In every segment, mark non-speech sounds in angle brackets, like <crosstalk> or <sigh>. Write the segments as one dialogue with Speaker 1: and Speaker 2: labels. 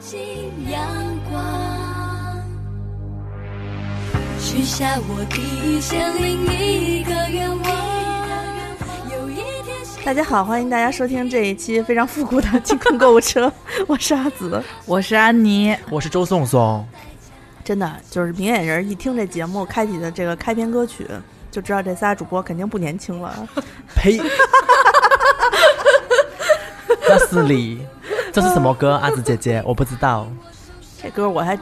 Speaker 1: 进阳光，许下我一千零一个愿望。有一天幸福
Speaker 2: 大家好，欢迎大家收听这一期非常复古的进坑购物车， <laughs> 我是阿紫。
Speaker 3: 我是安妮，
Speaker 4: 我是周颂颂，
Speaker 2: 真的就是明眼人一听这节目开启的这个开篇歌曲，就知道这仨主播肯定不年轻 <laughs> 了。
Speaker 4: 呸！ <laughs> 那是你，这是什么歌？阿紫姐姐，我不知道
Speaker 2: 这歌我还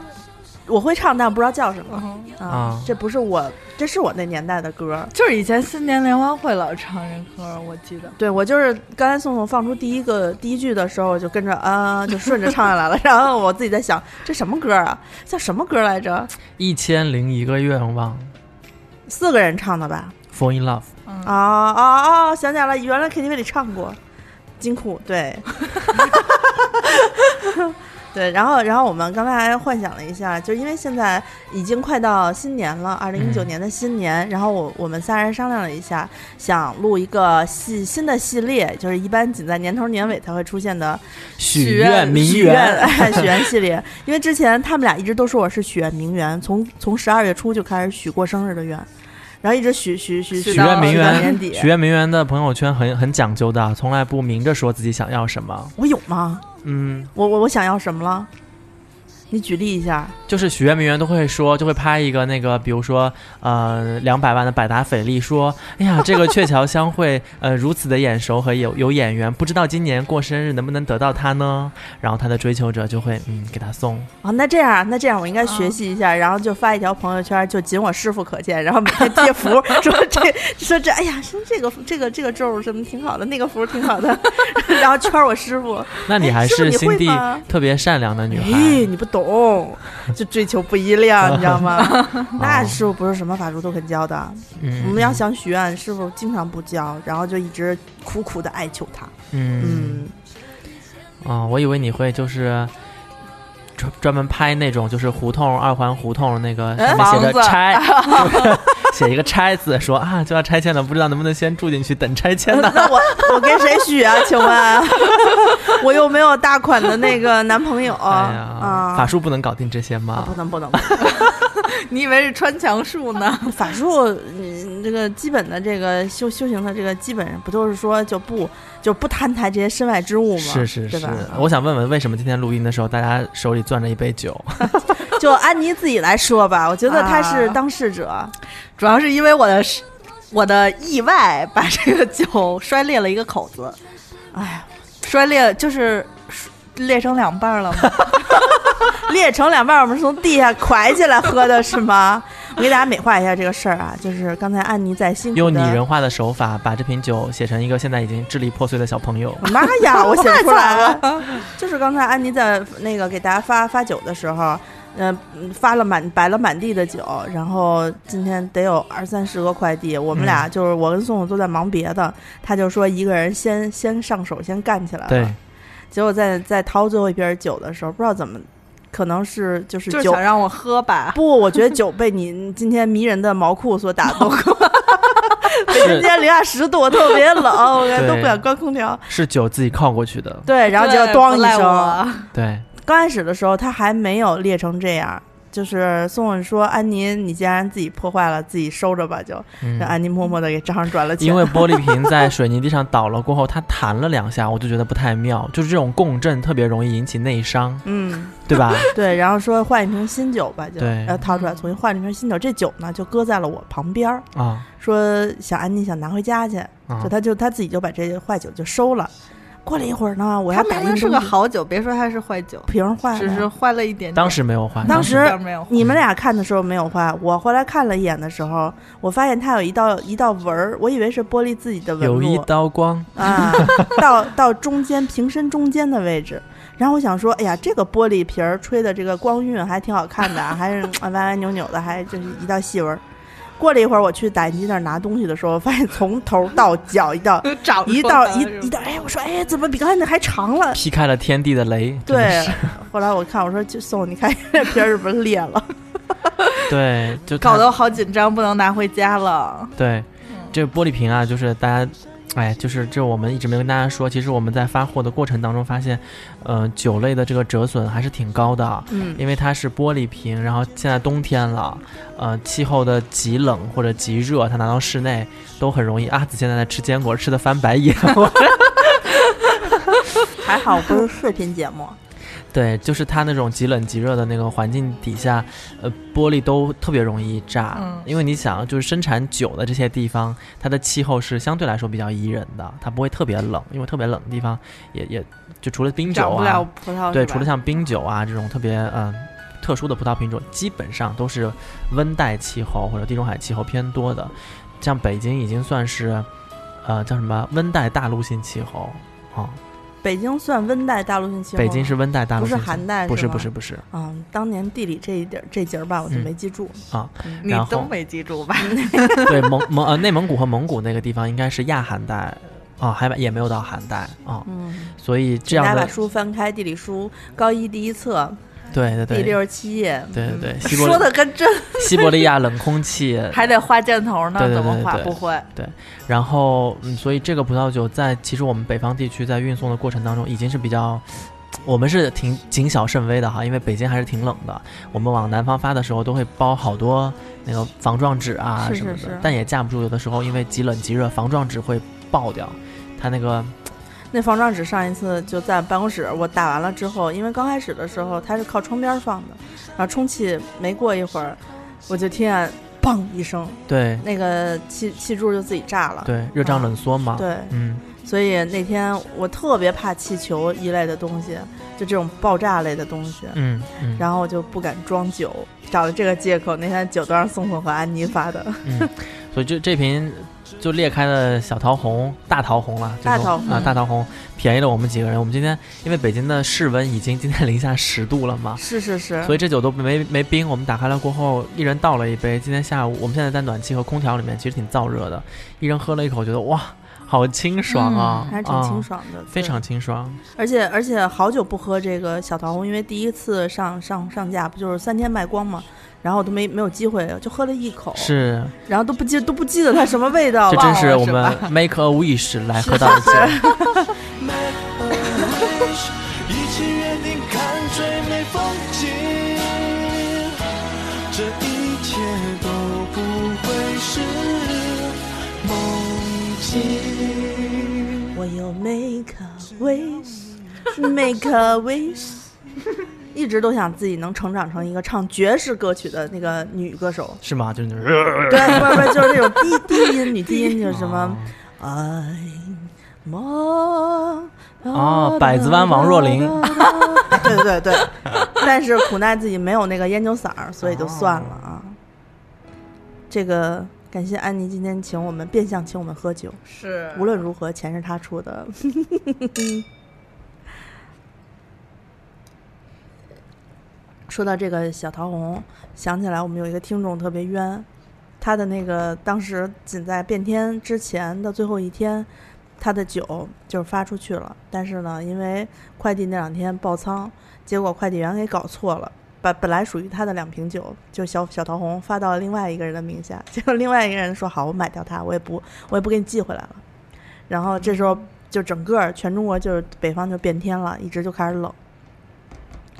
Speaker 2: 我会唱，但不知道叫什么啊。
Speaker 4: 啊
Speaker 2: 这不是我，这是我那年代的歌。
Speaker 3: 就是以前新年联欢会老唱这歌，我记得。
Speaker 2: 对我就是刚才宋宋放出第一个第一句的时候，我就跟着 <laughs> 啊，就顺着唱下来了。然后我自己在想，这什么歌啊？叫什么歌来着？
Speaker 4: 一千零一个愿望
Speaker 2: 四个人唱的吧？
Speaker 4: ，Fall in Love。
Speaker 3: 嗯，
Speaker 2: 啊啊啊！想起来了，原来 KTV 里唱过，金库对， <laughs> 对，然后然后我们刚才还幻想了一下，就因为现在已经快到新年了，二零一九
Speaker 4: 嗯
Speaker 2: 年的新年，然后我我们三人商量了一下，想录一个系新的系列，就是一般仅在年头年尾才会出现的
Speaker 4: 许
Speaker 3: 愿
Speaker 4: 愿名
Speaker 2: 许愿
Speaker 4: 媛，
Speaker 2: 哎许愿系列，因为之前他们俩一直都说我是许愿名媛，从从十二月初就开始许过生日的愿，然后一直许许许
Speaker 3: 许
Speaker 4: 许
Speaker 3: 到
Speaker 4: 愿名
Speaker 2: 到年
Speaker 4: 媛，
Speaker 2: 底
Speaker 4: 许愿名媛的朋友圈很很讲究的，从来不明着说自己想要什么。
Speaker 2: 我有吗？
Speaker 4: 嗯，
Speaker 2: 我我我想要什么了？你举例一下。
Speaker 4: 就是许愿名媛都会说，就会拍一个那个，比如说呃两百万的百达翡丽，说哎呀这个鹊桥相会，呃如此的眼熟和有有眼缘，不知道今年过生日能不能得到它呢？然后他的追求者就会嗯给他送。
Speaker 2: 啊，那这样，那这样，我应该学习一下，然后就发一条朋友圈，就仅我师傅可见，然后每天贴符， <laughs> 说这说这，哎呀，说这个这个这个咒什么挺好的，那个符挺好的， <laughs> 然后圈我师傅。
Speaker 4: 那你还
Speaker 2: 师傅
Speaker 4: 是
Speaker 2: 你会
Speaker 4: 心地
Speaker 2: 吗
Speaker 4: 特别善良的女孩。
Speaker 2: 哎，你不懂，就追求不一样，你知
Speaker 4: <laughs>
Speaker 2: 道吗？那师傅不是什么法术都肯教的，
Speaker 4: 嗯，
Speaker 2: 我们要想许愿，师傅经常不教，然后就一直苦苦的哀求他。
Speaker 4: 嗯
Speaker 2: 嗯，
Speaker 4: 啊、我以为你会就是专专门拍那种就是胡同二环胡同那个
Speaker 2: 嗯
Speaker 3: 哎
Speaker 4: 上面写
Speaker 3: 房
Speaker 4: 的
Speaker 3: 子
Speaker 4: 拆，
Speaker 2: <laughs>
Speaker 4: 写一个拆字，说啊就要拆迁了，不知道能不能先住进去等拆迁呢？
Speaker 2: 那我我跟谁许啊？请问， <laughs> 我又没有大款的那个男朋友
Speaker 4: 哎呀，
Speaker 2: 啊。
Speaker 4: 法术不能搞定这些
Speaker 2: 啊
Speaker 4: 吗
Speaker 2: 不？能不能，
Speaker 3: <laughs> 你以为是穿墙术呢？ <laughs>
Speaker 2: 法术，嗯，这个基本的这个修修行的这个基本不就是说就不就不摊抬这些身外之物吗？
Speaker 4: 是是
Speaker 2: 对
Speaker 4: 是
Speaker 2: 吧？，啊嗯
Speaker 4: 我想问问为什么今天录音的时候大家手里攥着一杯酒？
Speaker 2: <laughs> 就安妮自己来说吧，我觉得她是
Speaker 3: 啊
Speaker 2: 当事者，
Speaker 3: 主要是因为我的是我的意外把这个酒摔裂了一个口子，
Speaker 2: 哎呀，
Speaker 3: 摔裂就是裂成两半了嘛。
Speaker 2: <laughs> 裂成两半儿，我们是从地下蒯起来喝的是 <laughs> 吗？我给大家美化一下这个事儿啊，就是刚才安妮在辛苦
Speaker 4: 用拟
Speaker 2: 的
Speaker 4: 人化的手法把这瓶酒写成一个现在已经支离破碎的小朋友。
Speaker 2: <laughs> 妈 <laughs> 呀， <laughs> 我写不出来
Speaker 3: 啊
Speaker 2: <laughs> 了。就是刚才安妮在那个给大家发发酒的时候，嗯、嗯发了满摆了满地的酒，然后今天得有二三十个快递，我们俩
Speaker 4: 嗯
Speaker 2: 就是我跟宋宋都在忙别的，他就说一个人先先上手先干起来了。
Speaker 4: 对，，
Speaker 2: <laughs> 结果在在掏最后一瓶酒的时候，不知道怎么，可能是就是
Speaker 3: 就是
Speaker 2: 酒
Speaker 3: 想让我喝吧，
Speaker 2: <laughs> 不，我觉得酒被你今天迷人的毛裤所打动。北京今天零下十度，特别冷，我感觉都不想关空调。
Speaker 4: 是酒自己靠过去的。
Speaker 2: 对，然后结果
Speaker 3: 对
Speaker 2: 咣
Speaker 3: 不赖
Speaker 2: 一声，
Speaker 3: 我
Speaker 4: 对，
Speaker 2: 刚开始的时候他还没有裂成这样。就是宋总说：“安妮，你既然自己破坏了，自己收着吧。就”
Speaker 4: 嗯
Speaker 2: 让，安妮默默的给账上转了钱。
Speaker 4: 因为玻璃瓶在水泥地上倒了过后，它弹了两下，我就觉得不太妙，就是这种共振特别容易引起内伤，
Speaker 2: <laughs> 嗯，<laughs>
Speaker 4: 对吧？
Speaker 2: 对，然后说换一瓶新酒吧，就
Speaker 4: 对
Speaker 2: 然后掏出来重新换了一瓶新酒。这酒呢就搁在了我旁边儿，
Speaker 4: 啊
Speaker 2: 说想安妮想拿回家去，
Speaker 4: 啊
Speaker 2: 就！他就他自己就把这坏酒就收了。过了一会儿呢，我要
Speaker 3: 它
Speaker 2: 打
Speaker 3: 明
Speaker 2: 印
Speaker 3: 明是
Speaker 2: 东
Speaker 3: 个
Speaker 2: 西
Speaker 3: 好酒，别说它是坏酒，
Speaker 2: 瓶儿坏了，
Speaker 3: 只是坏了一点点。
Speaker 4: 当时没有换，
Speaker 2: 当
Speaker 4: 时
Speaker 2: 时
Speaker 3: 一点没有，
Speaker 2: 你们俩看的时候没有坏，我后来看了一眼的时候，我发现它有一道一道纹儿，我以为是玻璃自己的纹
Speaker 4: 有一
Speaker 2: 路
Speaker 4: 道光， <laughs>
Speaker 2: 啊，到到中间瓶身中间的位置。然后我想说，哎呀，这个玻璃瓶儿吹的这个光晕还挺好看
Speaker 4: <laughs>
Speaker 2: 的啊，还是歪歪扭扭的，还就是一道细纹儿。过了一会儿，我去打印机那儿拿东西的时候，我发现从头到脚一道
Speaker 3: <laughs> 长
Speaker 2: 一
Speaker 3: 出
Speaker 2: 道
Speaker 3: 来
Speaker 2: 一
Speaker 3: 哦了是吧
Speaker 2: 一道，哎，我说，哎，怎么比刚才那还长
Speaker 3: <laughs>
Speaker 2: 了？
Speaker 4: 劈开了天地的雷。真的
Speaker 2: 对
Speaker 4: 是，
Speaker 2: 后来我看我说就送你
Speaker 3: <laughs>
Speaker 2: 看这皮儿是不是裂了？
Speaker 4: 对，就它
Speaker 3: 搞得我好紧张，不能拿回家了。
Speaker 4: 对，这个玻璃瓶啊，就是大家。哎，就是这我们一直没跟大家说，其实我们在发货的过程当中发现，呃，酒类的这个折损还是挺高的啊，
Speaker 2: 嗯，
Speaker 4: 因为它是玻璃瓶，然后现在冬天了，呃，气候的极冷或者极热，它拿到室内都很容易。阿紫现在在吃坚果，吃的翻白眼。 <laughs>
Speaker 2: 还好不是视频节目，
Speaker 4: 对，就是它那种极冷极热的那个环境底下，呃，玻璃都特别容易炸。
Speaker 3: 嗯
Speaker 4: 因为你想，就是生产酒的这些地方，它的气候是相对来说比较宜人的，它不会特别冷，因为特别冷的地方也也就除了冰酒
Speaker 2: 长不了
Speaker 4: 啊，
Speaker 2: 葡萄。
Speaker 4: 对，
Speaker 2: 是吧
Speaker 4: 除了像冰酒啊这种特别嗯、呃特殊的葡萄品种，基本上都是温带气候或者地中海气候偏多的。像北京已经算是，呃，叫什么温带大陆性气候啊、
Speaker 2: 北京算温带大陆性气候吗，
Speaker 4: 北京是温带大陆
Speaker 2: 不是
Speaker 4: 性气候，
Speaker 2: 寒带？
Speaker 4: 不是
Speaker 2: 吗
Speaker 4: 不是不是。
Speaker 2: 啊，当年地理这一点这节儿吧，我就
Speaker 4: 嗯
Speaker 2: 没记住。
Speaker 3: 你
Speaker 4: 然后
Speaker 3: 都没记住吧？
Speaker 4: <laughs> 对蒙蒙呃内蒙古和蒙古那个地方应该是亚寒带啊、还也没有到寒带啊、
Speaker 2: 嗯，
Speaker 4: 所以这
Speaker 2: 大
Speaker 4: 样
Speaker 2: 家把
Speaker 4: 的
Speaker 2: 书翻开，地理书高一第一册
Speaker 4: 对对
Speaker 2: 第
Speaker 4: 对
Speaker 2: 六十嗯七页，
Speaker 4: 对对对，西
Speaker 3: 说
Speaker 4: 伯
Speaker 3: 的跟真
Speaker 4: 西伯利亚冷空气，
Speaker 3: 还得画箭头呢，
Speaker 4: 对对
Speaker 3: 怎么
Speaker 4: 对
Speaker 3: 画
Speaker 4: 对
Speaker 3: 不会？
Speaker 4: 然后嗯，所以这个葡萄酒在其实我们北方地区在运送的过程当中已经是比较。我们是挺谨小慎微的哈，因为北京还是挺冷的。我们往南方发的时候都会包好多那个防撞纸啊
Speaker 2: 是
Speaker 4: 什么的，
Speaker 2: 是是
Speaker 4: 但也架不住有的时候因为极冷极热，防撞纸会爆掉，它那个
Speaker 2: 那防撞纸上一次就在办公室，我打完了之后，因为刚开始的时候它是靠窗边放的，然后充气没过一会儿，我就听见砰一声，
Speaker 4: 对
Speaker 2: 那个气气柱就自己炸了。
Speaker 4: 对热胀冷缩嘛，
Speaker 2: 对，
Speaker 4: 嗯，
Speaker 2: 所以那天我特别怕气球一类的东西，就这种爆炸类的东西，
Speaker 4: 嗯，嗯
Speaker 2: 然后我就不敢装酒，找了这个借口。那天酒都让宋宋和安妮发的，
Speaker 4: 嗯
Speaker 2: <laughs>
Speaker 4: 所以这这瓶就裂开了小桃红、大桃红了，
Speaker 2: 大
Speaker 4: 这种
Speaker 2: 桃红嗯
Speaker 4: 啊，大桃红便宜了我们几个人。我们今天因为北京的室温已经今天零下十度了嘛，
Speaker 2: 是是是，
Speaker 4: 所以这酒都没没冰。我们打开了过后，一人倒了一杯。今天下午我们现在在暖气和空调里面，其实挺燥热的。一人喝了一口，觉得哇，好清爽啊，
Speaker 2: 嗯还是挺
Speaker 4: 啊
Speaker 2: 清，爽的，哦
Speaker 4: 非
Speaker 2: 对
Speaker 4: 常清爽。
Speaker 2: 而且而且好久不喝这个小桃红，因为第一次上上上架不就是三天卖光嘛，然后我都没没有机会，就喝了一口，
Speaker 4: 是，
Speaker 2: 然后都不记都不记得它什么味道
Speaker 4: 这
Speaker 2: 了。
Speaker 4: 真是
Speaker 3: 了
Speaker 4: 我
Speaker 3: 是
Speaker 4: 们 make a wish 来喝到
Speaker 2: <laughs>
Speaker 4: 的酒。
Speaker 5: 一起约定看最美风景，这一切都不会是梦境。
Speaker 2: 我又 make a wish，make a wish，一直都想自己能成长成一个唱爵士歌曲的那个女歌手。
Speaker 4: 是吗？就是那种
Speaker 2: <laughs>
Speaker 4: <laughs>
Speaker 2: 对，不是不是，就是那种低低音女低音，就是什么哎 I'm more
Speaker 4: 哦百子湾王若琳
Speaker 2: <laughs> 对对对对， <laughs> 但是苦奈自己没有那个烟酒嗓儿，所以就算了啊。这个感谢安妮今天请我们变相请我们喝酒，
Speaker 3: 是
Speaker 2: 无论如何钱是她出的。 <laughs> 说到这个小桃红，想起来我们有一个听众特别冤，他的那个当时仅在变天之前的最后一天，他的酒就是发出去了，但是呢，因为快递那两天爆仓，结果快递员给搞错了。把本来属于他的两瓶酒，就小小桃红发到了另外一个人的名下， <laughs> 结果另外一个人说好，我买掉它，我也不我也不给你寄回来了。然后这时候
Speaker 3: 嗯
Speaker 2: 就整个儿全中国就是北方就变天了，一直就开始冷。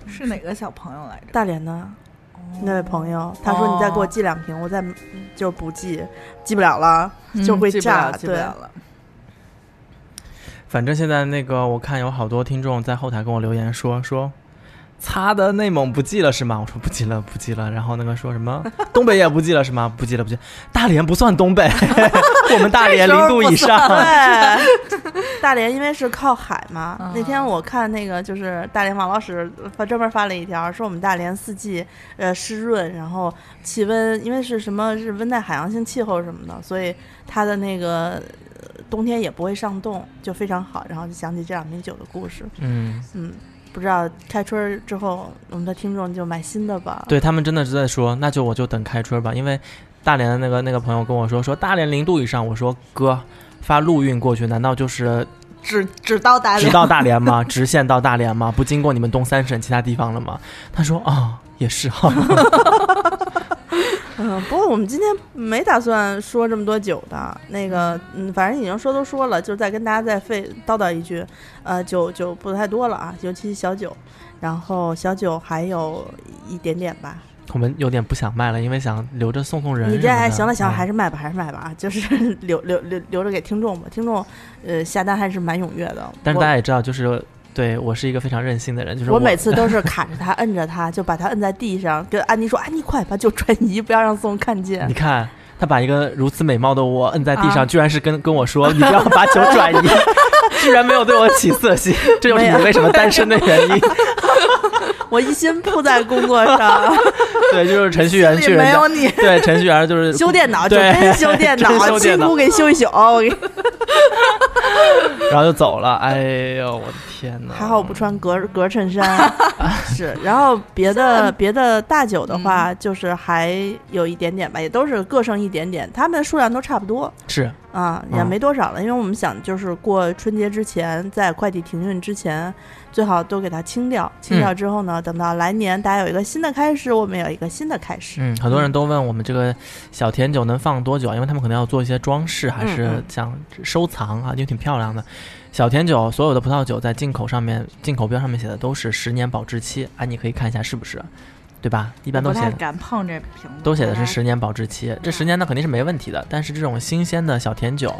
Speaker 3: 是哪个小朋友来着？
Speaker 2: 大连的那位朋
Speaker 3: 哦
Speaker 2: 友，他说你再给我寄两瓶，我再就不寄，寄不了了，嗯就会
Speaker 3: 嗯记不
Speaker 2: 炸。
Speaker 3: 了，记不
Speaker 2: 对
Speaker 3: 了，了。
Speaker 4: 反正现在那个，我看有好多听众在后台跟我留言说说，擦的内蒙不记了是吗？我说不记了，不记了。然后那个说什么东北也不记了是吗？不记了，不记了。大连不算东北，我们大连零度以上。
Speaker 2: 对，大连因为是靠海嘛，
Speaker 3: 嗯
Speaker 2: 那天我看那个就是大连王老师发专门发了一条，说我们大连四季呃湿润，然后气温因为是什么是温带海洋性气候什么的，所以它的那个呃冬天也不会上冻，就非常好。然后就想起这两瓶酒的故事，
Speaker 4: <laughs> 嗯，
Speaker 2: 嗯。不知道开春儿之后，我们的听众就买新的吧。，
Speaker 4: 对他们真的是在说，那就我就等开春吧，因为大连的那个那个朋友跟我说说大连零度以上，我说哥。发陆运过去，难道就是
Speaker 3: 只只到大
Speaker 4: 直
Speaker 2: <laughs>
Speaker 3: 连，
Speaker 4: 到大连吗？直线到大连吗？不经过你哦们东三省其他地方了吗？他说啊、也是哈。
Speaker 2: 嗯，不过我们今天没打算说这么多酒的，那个，嗯，反正已经说都说了，就是再跟大家再费叨叨一句，呃，酒酒不太多了啊，尤其小酒，然后小酒还有一点点吧。
Speaker 4: 我们有点不想卖了，因为想留着送送人什么的。
Speaker 2: 你这哎，行了行了，
Speaker 4: 嗯
Speaker 2: 还是卖吧，还是卖吧啊，就是 <laughs> 留留留留着给听众吧，听众呃下单还是蛮踊跃的。
Speaker 4: 但是
Speaker 2: 我
Speaker 4: 大家也知道，就是对我是一个非常任性的人，就是
Speaker 2: 我每次都是卡着他，摁着他，就把他摁在地上，跟安妮说：“安妮，快把酒转移，不要让宋看见。
Speaker 4: 你看。他把一个如此美貌的我摁在地上，
Speaker 2: 啊
Speaker 4: 居然是跟跟我说：“你不要把酒
Speaker 2: <laughs>
Speaker 4: 转移。”居然没有对我起色心，这就是你为什么单身的原
Speaker 2: <laughs>
Speaker 4: 因。
Speaker 2: 我一心扑在工作上，
Speaker 4: 对，就是程序员去
Speaker 3: 里
Speaker 4: 人
Speaker 3: 没有
Speaker 4: 家，
Speaker 3: 你，
Speaker 4: 对程序员 <laughs> 就是
Speaker 2: 修电脑，就
Speaker 4: <laughs> 对
Speaker 2: 真修电
Speaker 4: 真
Speaker 2: 脑，
Speaker 4: 修电
Speaker 2: 辛
Speaker 4: 脑
Speaker 2: 苦给修一宿。哦我给
Speaker 4: 然后就走了。哎呦，我的天哪！
Speaker 2: 还好我不穿格格衬
Speaker 4: <laughs>
Speaker 2: 衫，是。然后别的别的大酒的话，就是还有一点点吧，也都是各剩一点点，他们的数量都差不多
Speaker 4: 是
Speaker 2: 啊，也
Speaker 4: 嗯
Speaker 2: 没多少了。因为我们想就是过春节之前，在快递停运之前，最好都给它清掉。清
Speaker 4: 嗯
Speaker 2: 掉之后呢，等到来年大家有一个新的开始，我们有一个新的开始。
Speaker 4: 嗯，很多人都问我们这个小甜酒能放多久啊？因为他们可能要做一些装饰，还
Speaker 2: 嗯
Speaker 4: 是
Speaker 2: 嗯
Speaker 4: 想收藏啊，因为挺漂亮的。小甜酒所有的葡萄酒在进口上面，进口标上面写的都是十年保质期，哎、啊，你可以看一下是不是，对吧？一般都
Speaker 3: 不
Speaker 4: 写
Speaker 3: 太
Speaker 4: 的
Speaker 3: 敢碰这屏幕，
Speaker 4: 都写的是十年保质期，
Speaker 3: 嗯
Speaker 4: 这十年呢肯定是没问题的。但是这种新鲜的小甜酒，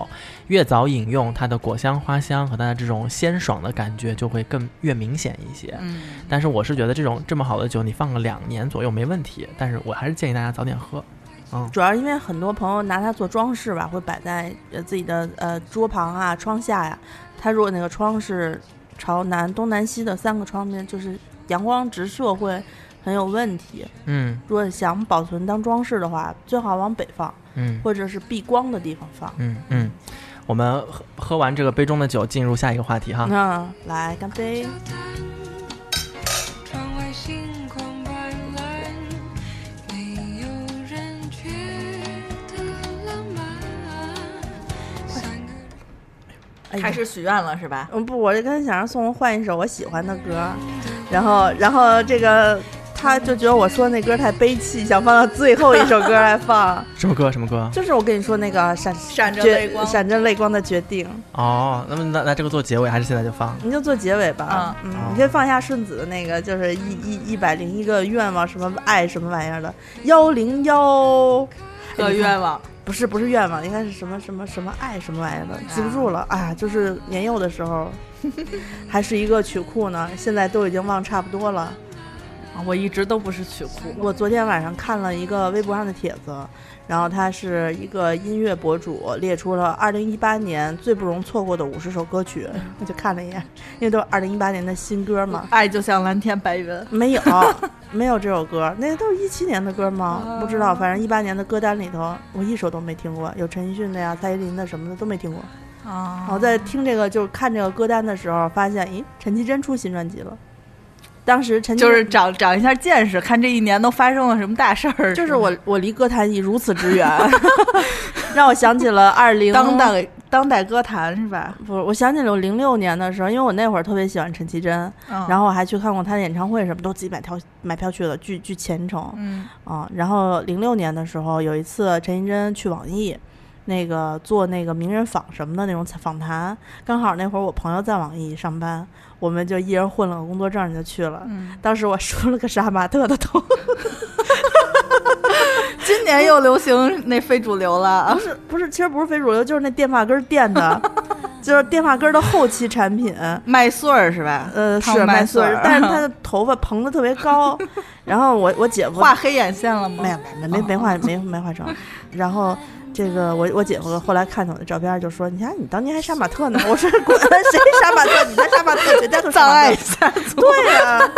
Speaker 4: 越早饮用，它的果香、花香和它的这种鲜爽的感觉就会更越明显一些。
Speaker 3: 嗯，
Speaker 4: 但是我是觉得这种这么好的酒，你放个两年左右没问题。但是我还是建议大家早点喝。嗯，
Speaker 2: 主要因为很多朋友拿它做装饰吧，会摆在呃自己的呃桌旁啊、窗下呀、它如果那个窗是朝南、东南西的三个窗边，就是阳光直射会很有问题。
Speaker 4: 嗯
Speaker 2: 如果想保存当装饰的话，最好往北放，
Speaker 4: 嗯
Speaker 2: 或者是避光的地方放。
Speaker 4: 嗯嗯，我们喝喝完这个杯中的酒，进入下一个话题哈。
Speaker 2: 那嗯来干杯！
Speaker 1: 窗外星光斑斓，没有人觉得浪漫。三个
Speaker 2: 哎呀
Speaker 3: 开始许愿了是吧？
Speaker 2: 嗯，不，我就刚才想让宋红换一首我喜欢的歌，然后，然后这个他就觉得我说那歌太悲戚，想放到最后一首歌来放。
Speaker 4: 什么歌？什么歌？
Speaker 2: 就是我跟你说那个闪
Speaker 3: 闪着
Speaker 2: 决
Speaker 3: 泪光
Speaker 2: 闪着泪光的决定，
Speaker 4: 哦，那么那那这个做结尾还是现在就放？
Speaker 2: 你就做结尾吧
Speaker 3: 啊。
Speaker 2: 嗯
Speaker 4: 哦，
Speaker 2: 你可以放一下顺子的那个，就是一一一百零一个愿望，什么爱什么玩意儿的，幺零幺哎
Speaker 3: 个
Speaker 2: <laughs>
Speaker 3: 愿望，
Speaker 2: 不是不是愿望，应该是什么什么什么爱什么玩意儿
Speaker 3: 啊
Speaker 2: 的，记不住了。哎呀，就是年幼的时候，还是一个曲库呢，现在都已经忘差不多了。
Speaker 3: 啊我一直都不是曲库，
Speaker 2: 我昨天晚上看了一个微博上的帖子，然后他是一个音乐博主列出了二零一八年最不容错过的五十首歌曲，
Speaker 3: 嗯
Speaker 2: 我就看了一眼，因为都是二零一八年的新歌嘛。
Speaker 3: 爱就像蓝天白云，
Speaker 2: 没
Speaker 3: <laughs>
Speaker 2: 有，没有这首歌，那个都是一七年的歌吗？
Speaker 3: 啊
Speaker 2: 不知道，反正一八年的歌单里头，我一首都没听过，有陈奕迅的呀、蔡依林的什么的都没听过。
Speaker 3: 啊
Speaker 2: 我在听这个，就是看这个歌单的时候，发现，咦，陈绮贞出新专辑了。当时陈绮
Speaker 3: 就是
Speaker 2: 贞
Speaker 3: 长长一下见识，看这一年都发生了什么大事儿。
Speaker 2: 就是
Speaker 3: 吗
Speaker 2: 我我离歌坛已如此之远， <laughs> 让我想起了二零
Speaker 3: 当代当代歌坛是吧？
Speaker 2: 不是，我想起了我零六年的时候，因为我那会儿特别喜欢陈绮贞，
Speaker 3: 嗯
Speaker 2: 然后我还去看过她的演唱会，什么都自己买票买票去了，巨巨虔诚
Speaker 3: 嗯
Speaker 2: 啊。然后零六年的时候，有一次陈绮贞去网易。那个做那个名人访什么的那种访谈，刚好那会儿我朋友在网易上班，我们就一人混了个工作证就去了。
Speaker 3: 嗯，
Speaker 2: 当时我梳了个杀马特的 <laughs> 头，
Speaker 3: 今年又流行那非主流了啊
Speaker 2: 不，是 <laughs> 不是，其实不是非主流，就是那电发根儿垫的，就是电发根儿的后期产品。
Speaker 3: 麦穗儿是吧？
Speaker 2: 呃，
Speaker 3: 烫
Speaker 2: 是麦
Speaker 3: 麦
Speaker 2: 穗儿，但是他的头发蓬的特别高，然后我我姐夫
Speaker 3: 画黑眼线了吗？
Speaker 2: 没有没有没没化没没化妆，然后这个我我姐夫后来看见我的照片就说：“你看你当年还杀马特呢。”我说：“ <laughs> 滚，谁杀马特？你才杀马特，人家都杀
Speaker 3: 葬
Speaker 2: 马
Speaker 3: 爱
Speaker 2: 特
Speaker 3: <laughs> 一。下族，
Speaker 2: 对呀、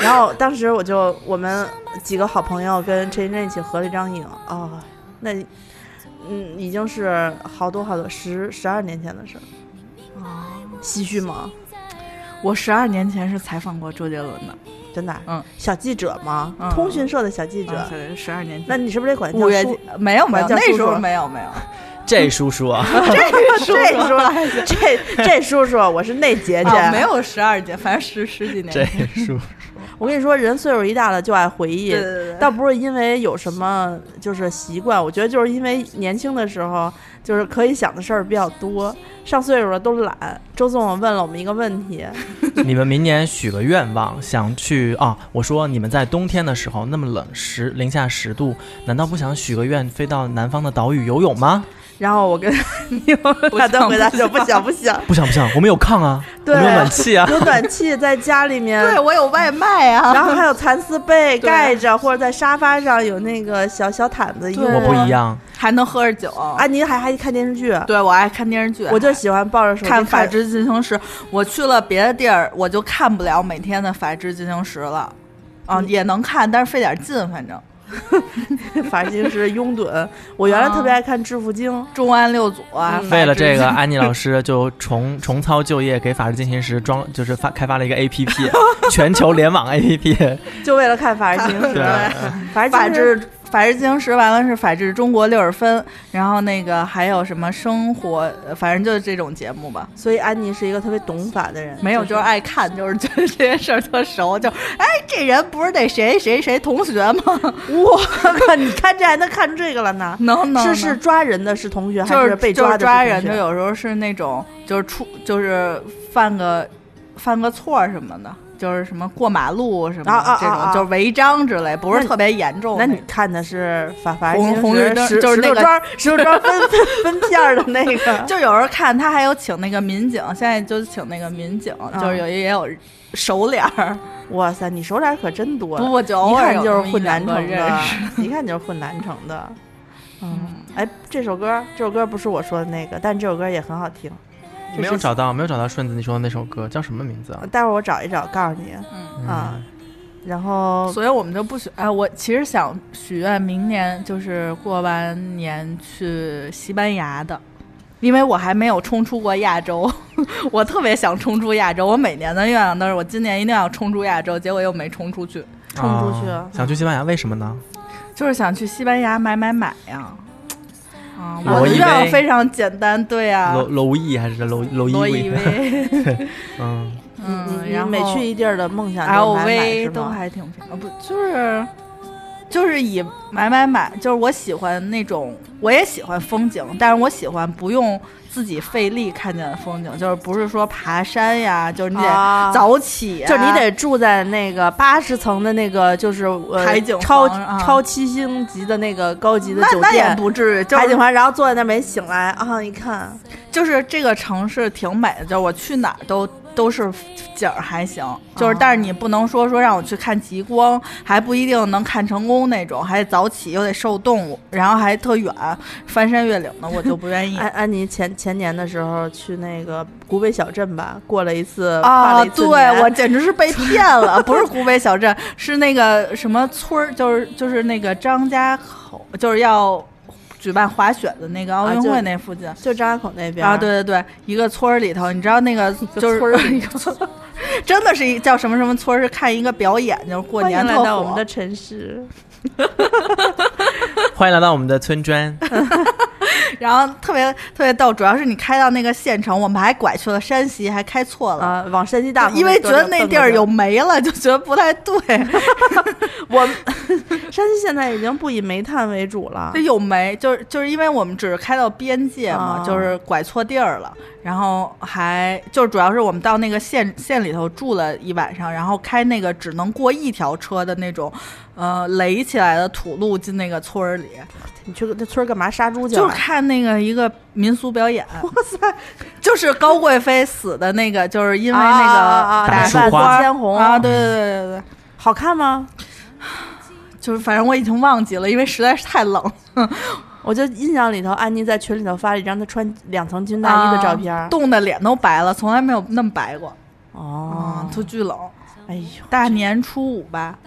Speaker 2: 然后当时我就我们几个好朋友跟陈绮贞一起合了一张影哦，那嗯已经是好多好多十十二年前的事儿，唏嘘吗？
Speaker 3: 我十二年前是采访过周杰伦的，
Speaker 2: 真的啊，
Speaker 3: 嗯
Speaker 2: 小记者吗？
Speaker 3: 嗯
Speaker 2: 通讯社的小记者，
Speaker 3: 啊对，十二年
Speaker 2: 那
Speaker 3: 前。
Speaker 2: 你是不是得管
Speaker 3: 五月 <laughs>
Speaker 2: 叫叔
Speaker 3: 没有没
Speaker 2: 管
Speaker 3: 有，
Speaker 2: 叫
Speaker 3: 那
Speaker 2: 叔
Speaker 3: 时
Speaker 2: 叔
Speaker 3: 候没有没有，
Speaker 4: <laughs> 这叔叔啊，
Speaker 2: 这叔叔，这这叔叔，我是那姐姐。
Speaker 3: 啊没，有十二届，反正十十几年
Speaker 4: <laughs> 这
Speaker 3: 前。
Speaker 4: 叔叔，
Speaker 2: 我跟你说，人岁数一大了就爱回忆
Speaker 3: 对对对，对
Speaker 2: 倒不是因为有什么就是习惯，我觉得就是因为年轻的时候就是可以想的事儿比较多，上岁数了都懒。周总问了我们一个问题，
Speaker 4: 你们明年许个愿望，想去啊？我说你们在冬天的时候那么冷，十零下十度，难道不想许个愿，飞到南方的岛屿游泳吗？
Speaker 2: 然后我跟 <laughs> 你们俩都回答说不想不
Speaker 3: <laughs>
Speaker 2: 想，
Speaker 4: 不想不想，我们有炕啊，我
Speaker 2: 对
Speaker 4: 们有暖气啊。
Speaker 2: 有暖气在家里面，
Speaker 3: 对我有外卖啊，
Speaker 2: 然后还有蚕丝被
Speaker 3: 对
Speaker 2: 盖着，或者在沙发上有那个小小毯子用。
Speaker 3: 对
Speaker 4: <laughs> 我不一样，
Speaker 3: 还能喝着酒啊！
Speaker 2: 安妮还还看电视剧，啊
Speaker 3: 对我爱看电视剧，
Speaker 2: 我就喜欢抱着手机
Speaker 3: 看《法制进行时》，我去了别的地儿，我就看不了每天的《法制进行时》了。
Speaker 2: 嗯
Speaker 3: 啊，也能看，但是费点劲，反正
Speaker 2: <laughs> 法制进 <laughs> 行时拥趸。我原来特别爱看《致富经》，
Speaker 3: 重案六组啊。
Speaker 4: <laughs>
Speaker 2: 嗯
Speaker 4: 为了
Speaker 3: 法制
Speaker 4: 这个，安妮老师就重 <laughs> 重操旧业，给《法制进行时》装就是发开发了一
Speaker 3: <laughs>
Speaker 4: 个 APP，全球联网 APP。
Speaker 2: 就为了看《法制进行时
Speaker 4: 对，》。
Speaker 2: 法制
Speaker 3: 法
Speaker 2: 进行时
Speaker 3: 制法制进行时完了是法制中国六十分，然后那个还有什么生活，呃反正就是这种节目吧。
Speaker 2: 所以安妮是一个特别懂法的人。
Speaker 3: 没有，就是爱看，就是觉得这些事儿特熟，就哎，这人不是那谁谁谁同学吗？ <laughs>
Speaker 2: 我 <laughs> 靠，你看这还能看出这个了呢？
Speaker 3: 能能
Speaker 2: 是是
Speaker 3: 能
Speaker 2: 抓人的是同学，
Speaker 3: 就
Speaker 2: 还被
Speaker 3: 就
Speaker 2: 抓的
Speaker 3: 是
Speaker 2: 是
Speaker 3: 抓
Speaker 2: 同
Speaker 3: 人，
Speaker 2: 学
Speaker 3: 就有时候是那种就是出就是犯个犯个错儿什么的，就是什么过马路什么的、
Speaker 2: 啊啊啊
Speaker 3: 这种，
Speaker 2: 啊
Speaker 3: 就是违章之类，不
Speaker 2: 那
Speaker 3: 是
Speaker 2: 你
Speaker 3: 特别严重
Speaker 2: 那你
Speaker 3: 种
Speaker 2: 看的是法法制
Speaker 3: 红
Speaker 2: 进行
Speaker 3: 红绿
Speaker 2: 时
Speaker 3: 灯
Speaker 2: 石
Speaker 3: 就是
Speaker 2: 石
Speaker 3: 那
Speaker 2: 头
Speaker 3: 个
Speaker 2: 庄儿石头庄儿分分分片儿的那个，
Speaker 3: <laughs> 就有时候看他还有请那个民警，现在就请那个民警，
Speaker 2: 嗯
Speaker 3: 就是有也有熟脸儿，
Speaker 2: 哇塞，你手点儿可真多，
Speaker 3: 不过就
Speaker 2: 一
Speaker 3: 偶尔
Speaker 2: 看
Speaker 3: 有
Speaker 2: 就
Speaker 3: 那
Speaker 2: 是
Speaker 3: 么
Speaker 2: 混
Speaker 3: 一
Speaker 2: 南
Speaker 3: 两个
Speaker 2: 城
Speaker 3: 认
Speaker 2: 的 <laughs>
Speaker 3: 识。，
Speaker 2: 一看就是混南城
Speaker 3: <laughs>
Speaker 2: 的。嗯，哎，这首歌，这首歌不是我说的那个，但这首歌也很好听。
Speaker 4: 没有找到，没有找到顺子你说的那首歌叫什么名字啊？
Speaker 2: 待会儿我找一找，告诉你
Speaker 3: 嗯
Speaker 2: 啊。然后
Speaker 3: 所以我们就不许哎，我其实想许愿明年就是过完年去西班牙的，因为我还没有冲出过亚洲， <laughs> 我特别想冲出亚洲。我每年的愿望都是我今年一定要冲出亚洲，结果又没冲出去，
Speaker 2: 冲出去
Speaker 4: 啊想去西班牙，为什么呢？
Speaker 3: 就是想去西班牙买买买呀。啊，
Speaker 4: 罗
Speaker 3: 我的
Speaker 4: 意
Speaker 3: 愿望
Speaker 4: 威
Speaker 3: 非常简单，对呀、
Speaker 4: 楼楼意还是
Speaker 3: <laughs>
Speaker 4: 楼楼意
Speaker 3: 啊罗意
Speaker 4: 味？
Speaker 3: 威，
Speaker 4: <laughs> 嗯，
Speaker 3: 嗯，
Speaker 2: 你
Speaker 3: 然后
Speaker 2: 每去一地儿的梦想就是
Speaker 3: L
Speaker 2: 买买是
Speaker 3: V 都
Speaker 2: 吗？
Speaker 3: 还挺平，呃不就是就是以买买买，就是我喜欢那种，我也喜欢风景，但是我喜欢不用自己费力看见的风景，就是不是说爬山呀，就是你得
Speaker 2: 啊
Speaker 3: 早起、
Speaker 2: 就是你。得住在那个八十层的那个，就是呃
Speaker 3: 海景
Speaker 2: 超
Speaker 3: 房啊
Speaker 2: 超七星级的那个高级的
Speaker 3: 那
Speaker 2: 酒
Speaker 3: 那也
Speaker 2: 店，
Speaker 3: 不至于，就
Speaker 2: 海景
Speaker 3: 是
Speaker 2: 房，然后坐在那儿没醒来啊，一看
Speaker 3: 就是这个城市挺美的，就是我去哪儿都都是景儿还行，就是但是你不能说说让我去看极光，还不一定能看成功那种，还得早起又得受动物，然后还特远，翻山越岭的我就不愿意。
Speaker 2: 安安妮前前年的时候去那个古北小镇吧，过了一次跨
Speaker 3: 啊，
Speaker 2: 了一次
Speaker 3: 对
Speaker 2: 年
Speaker 3: 我简直
Speaker 2: <laughs>
Speaker 3: 是被骗了，不是湖北小镇，是那个什么村儿，就是就是那个张家口，就是要举办滑雪的那个奥
Speaker 2: 啊
Speaker 3: 运
Speaker 2: 就
Speaker 3: 会那附近。
Speaker 2: 就张家口那边
Speaker 3: 啊，，对对对，一个村儿里头，你知道那个就是
Speaker 2: 村儿里
Speaker 3: 一个 <laughs> 村儿真的是一叫什么什么村儿，是看一个表演，就是过
Speaker 2: 欢迎
Speaker 3: 年
Speaker 2: 来
Speaker 3: 特
Speaker 2: 到我
Speaker 3: 火
Speaker 2: 们的城市，
Speaker 4: 欢迎来到我们的
Speaker 3: <laughs>
Speaker 4: 村庄。
Speaker 3: 然后特别特别逗，主要是你开到那个县城，我们还拐去了山西，还开错了。
Speaker 2: 啊，往山西大同
Speaker 3: 因为觉得
Speaker 2: 坐着
Speaker 3: 那
Speaker 2: 蹬
Speaker 3: 地儿
Speaker 2: 着
Speaker 3: 有煤了，就觉得不太对。 <laughs>
Speaker 2: 我们 <laughs> 山西现在已经不以煤炭为主了
Speaker 3: 这，有煤，就是就是因为我们只是开到边界嘛，
Speaker 2: 啊
Speaker 3: 就是拐错地儿了，然后还就是主要是我们到那个县县里头住了一晚上，然后开那个只能过一条车的那种，呃，垒起来的土路进那个村儿里，
Speaker 2: 你去那村儿干嘛杀猪去
Speaker 3: 就
Speaker 2: 了
Speaker 3: 是？看那个一个民俗表演。哇塞，就是高贵妃死的那个，就是因为
Speaker 2: 啊
Speaker 3: 那
Speaker 2: 啊啊
Speaker 3: 个
Speaker 2: 啊
Speaker 4: 打
Speaker 3: 打
Speaker 4: 树
Speaker 3: 扮
Speaker 4: 花
Speaker 2: 鲜红
Speaker 3: 啊，对对对对对。
Speaker 2: 好看吗？
Speaker 3: 就是反正我已经忘记了，因为实在是太冷。
Speaker 2: 我就印象里头，安妮在群里头发了一张她穿两层军大衣的照片
Speaker 3: 啊
Speaker 2: 儿。
Speaker 3: 冻得脸都白了，从来没有那么白过。
Speaker 2: 哦
Speaker 3: 啊，，特巨冷，
Speaker 2: 哎呦，
Speaker 3: 大年初五吧，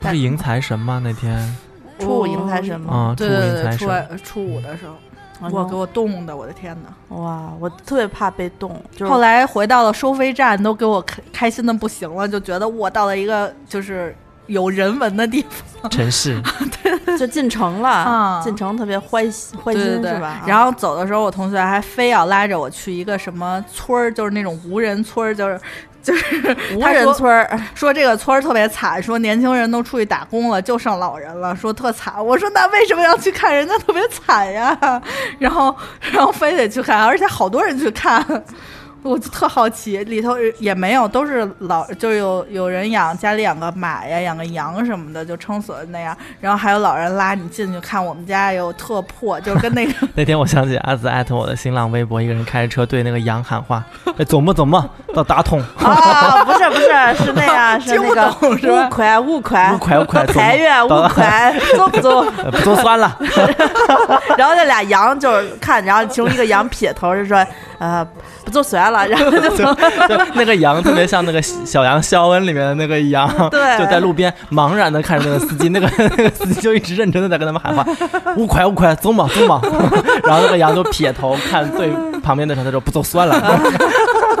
Speaker 4: 不是迎财神吗？那天
Speaker 2: 初五迎财神吗？
Speaker 4: 啊，初
Speaker 3: 嗯对
Speaker 4: 五
Speaker 3: 对
Speaker 4: 迎财
Speaker 3: 对，初
Speaker 4: 神。
Speaker 3: 二初五的时候，
Speaker 2: 哎呦
Speaker 3: 哦我给我冻的，我的天哪！
Speaker 2: 哇，我特别怕被冻，就是
Speaker 3: 后来回到了收费站，都给我开开心的不行了，就觉得我到了一个就是有人文的地方 <laughs>
Speaker 4: 城市，
Speaker 2: 就进城了，
Speaker 3: 啊
Speaker 2: 进城特别欢喜欢心
Speaker 3: 对对对
Speaker 2: 是吧？啊
Speaker 3: 然后走的时候，我同学还非要拉着我去一个什么村儿，就是那种无人村儿，就是就是
Speaker 2: 啊无
Speaker 3: 他
Speaker 2: 人
Speaker 3: 说
Speaker 2: 村
Speaker 3: <laughs>
Speaker 2: 儿，
Speaker 3: 说这个村儿特别惨，说年轻人都出去打工了，就剩老人了，说特惨。我说那为什么要去看人家特别惨呀？然后然后非得去看，而且好多人去看。我就特好奇，里头也没有，都是老，就是有有人养，家里养个马呀，养个羊什么的，就撑死了那样。然后还有老人拉你进去看，我们家有特破，就跟那个
Speaker 4: 那天我想起阿紫艾特我的新浪微博，一个人开着车对那个羊喊话：“哎，走嘛走嘛，到打桶， <laughs>
Speaker 2: 啊，不是不是，是那
Speaker 3: <laughs>
Speaker 2: 样，是
Speaker 3: 听
Speaker 2: 那
Speaker 3: 不
Speaker 2: 个
Speaker 3: 懂是吧
Speaker 2: 五块五块
Speaker 4: 五块五块走
Speaker 2: 财月五
Speaker 4: 到
Speaker 2: 块，做不做？
Speaker 4: 呃不做酸了。
Speaker 2: <laughs> 然后那俩羊就是看，然后其中一个羊撇头就说：“呃，不做悬了。”然后就
Speaker 4: <laughs> 就”就那个羊特别像那个小羊肖恩里面的那个羊，
Speaker 2: 对
Speaker 4: 就在路边茫然的看着那个司机，那个那个司机就一直认真的在跟他们喊话：“五块五块，走嘛走嘛。” <laughs> 然后那个羊就撇头看对旁边的车，他说：“不做酸了。 <laughs>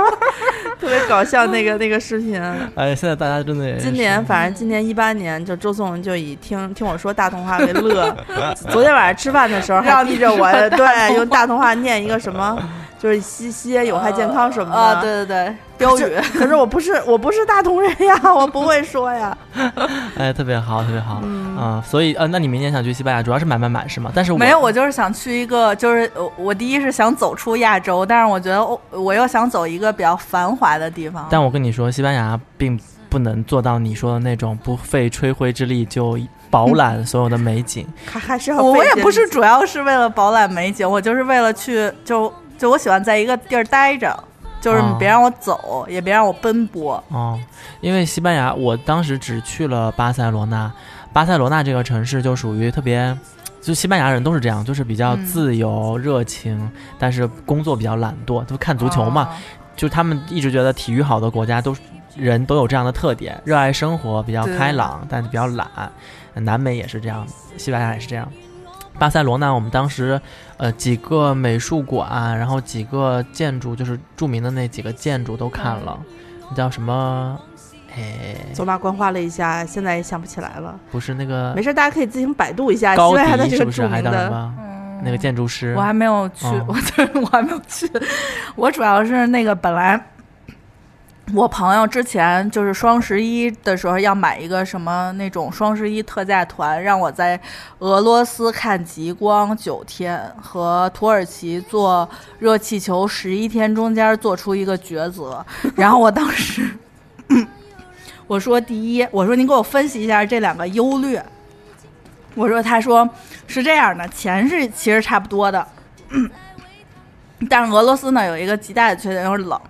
Speaker 2: 特别搞笑那个那个视频。”
Speaker 4: 哎，现在大家真的也是
Speaker 2: 今年反正今年一八年，就周颂就以听听我说大同话为 <laughs> 乐。昨天晚上吃饭的时候，还
Speaker 3: 让
Speaker 2: 逼
Speaker 3: 你
Speaker 2: 着我
Speaker 3: 说大
Speaker 2: 对用大同话念一个什么，就是吸些 <laughs> 有害健康什么的。
Speaker 3: 啊，对对对，标
Speaker 2: 可
Speaker 3: 语
Speaker 2: 是。可是我不是我不是大同人呀， <laughs> 我不会说呀。
Speaker 4: 哎特别好，特别好。嗯，所以呃，那你明年想去西班牙，主要是买买买是吗？但是我
Speaker 3: 没有，我就是想去一个，就是我我第一是想走出亚洲，但是我觉得我我又想走一个比较繁华的地方。
Speaker 4: 但我跟你说，西班牙并不能做到你说的那种不费吹灰之力就饱览所有的美景。
Speaker 2: 还还是要
Speaker 3: 我我
Speaker 2: 费
Speaker 3: 也
Speaker 2: 劲
Speaker 3: 不是主要是为了饱览美景，我就是为了去，就就我喜欢在一个地儿待着，就是你
Speaker 4: 哦
Speaker 3: 别让我走，也别让我奔波。
Speaker 4: 哦，因为西班牙，我当时只去了巴塞罗那。巴塞罗那这个城市就属于特别，就西班牙人都是这样，就是比较
Speaker 3: 嗯
Speaker 4: 自由、热情，但是工作比较懒惰，就看足球嘛。
Speaker 3: 啊，
Speaker 4: 就他们一直觉得体育好的国家都是人都有这样的特点，热爱生活，比较
Speaker 3: 对
Speaker 4: 开朗，但是比较懒。南美也是这样，西班牙也是这样。巴塞罗那，我们当时，呃，几个美术馆，然后几个建筑，就是著名的那几个建筑都看了，叫什么？哎，
Speaker 2: 走马观花了一下，现在也想不起来了。
Speaker 4: 不是那个
Speaker 2: 没事，大家可以自行百度一下西
Speaker 4: 高
Speaker 2: 班牙的
Speaker 4: 迪，
Speaker 2: 这
Speaker 4: 是
Speaker 2: 个
Speaker 4: 不
Speaker 2: 著
Speaker 4: 是？还
Speaker 2: 名
Speaker 4: 叫什
Speaker 2: 的。
Speaker 4: 么？
Speaker 3: 嗯
Speaker 4: 那个建筑师
Speaker 3: 我，还没有去，
Speaker 4: 哦
Speaker 3: 我 <laughs> 对我还没有去，我主要是那个本来。我朋友之前就是双十一的时候要买一个什么那种双十一特价团，让我在俄罗斯看极光九天和土耳其坐热气球十一天中间做出一个抉择，然后我当时。 <laughs> 我说第一，我说您给我分析一下这两个优劣。我说，他说是这样的，钱是其实差不多的， <clears throat> 但是俄罗斯呢有一个极大的缺点就是冷，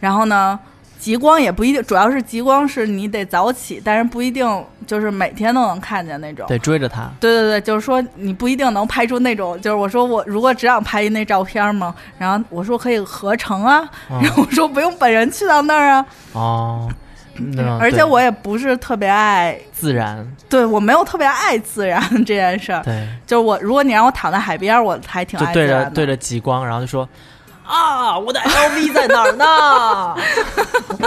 Speaker 3: 然后呢极光也不一定，主要是极光是你得早起，但是不一定就是每天都能看见那种。
Speaker 4: 对，追着他，
Speaker 3: 对对对，就是说你不一定能拍出那种，就是我说我如果只想拍那照片嘛，然后我说可以合成啊，
Speaker 4: 嗯
Speaker 3: 然后我说不用本人去到那儿啊，
Speaker 4: 哦，那
Speaker 3: 而且
Speaker 4: 对
Speaker 3: 我也不是特别爱
Speaker 4: 自然，
Speaker 3: 对我没有特别爱自然这件事儿，
Speaker 4: 对，
Speaker 3: 就是我如果你让我躺在海边儿，我还挺
Speaker 4: 就
Speaker 3: 爱自
Speaker 4: 对着
Speaker 3: 然的。
Speaker 4: 对着极光，然后就说啊，我的 LV 在哪儿呢？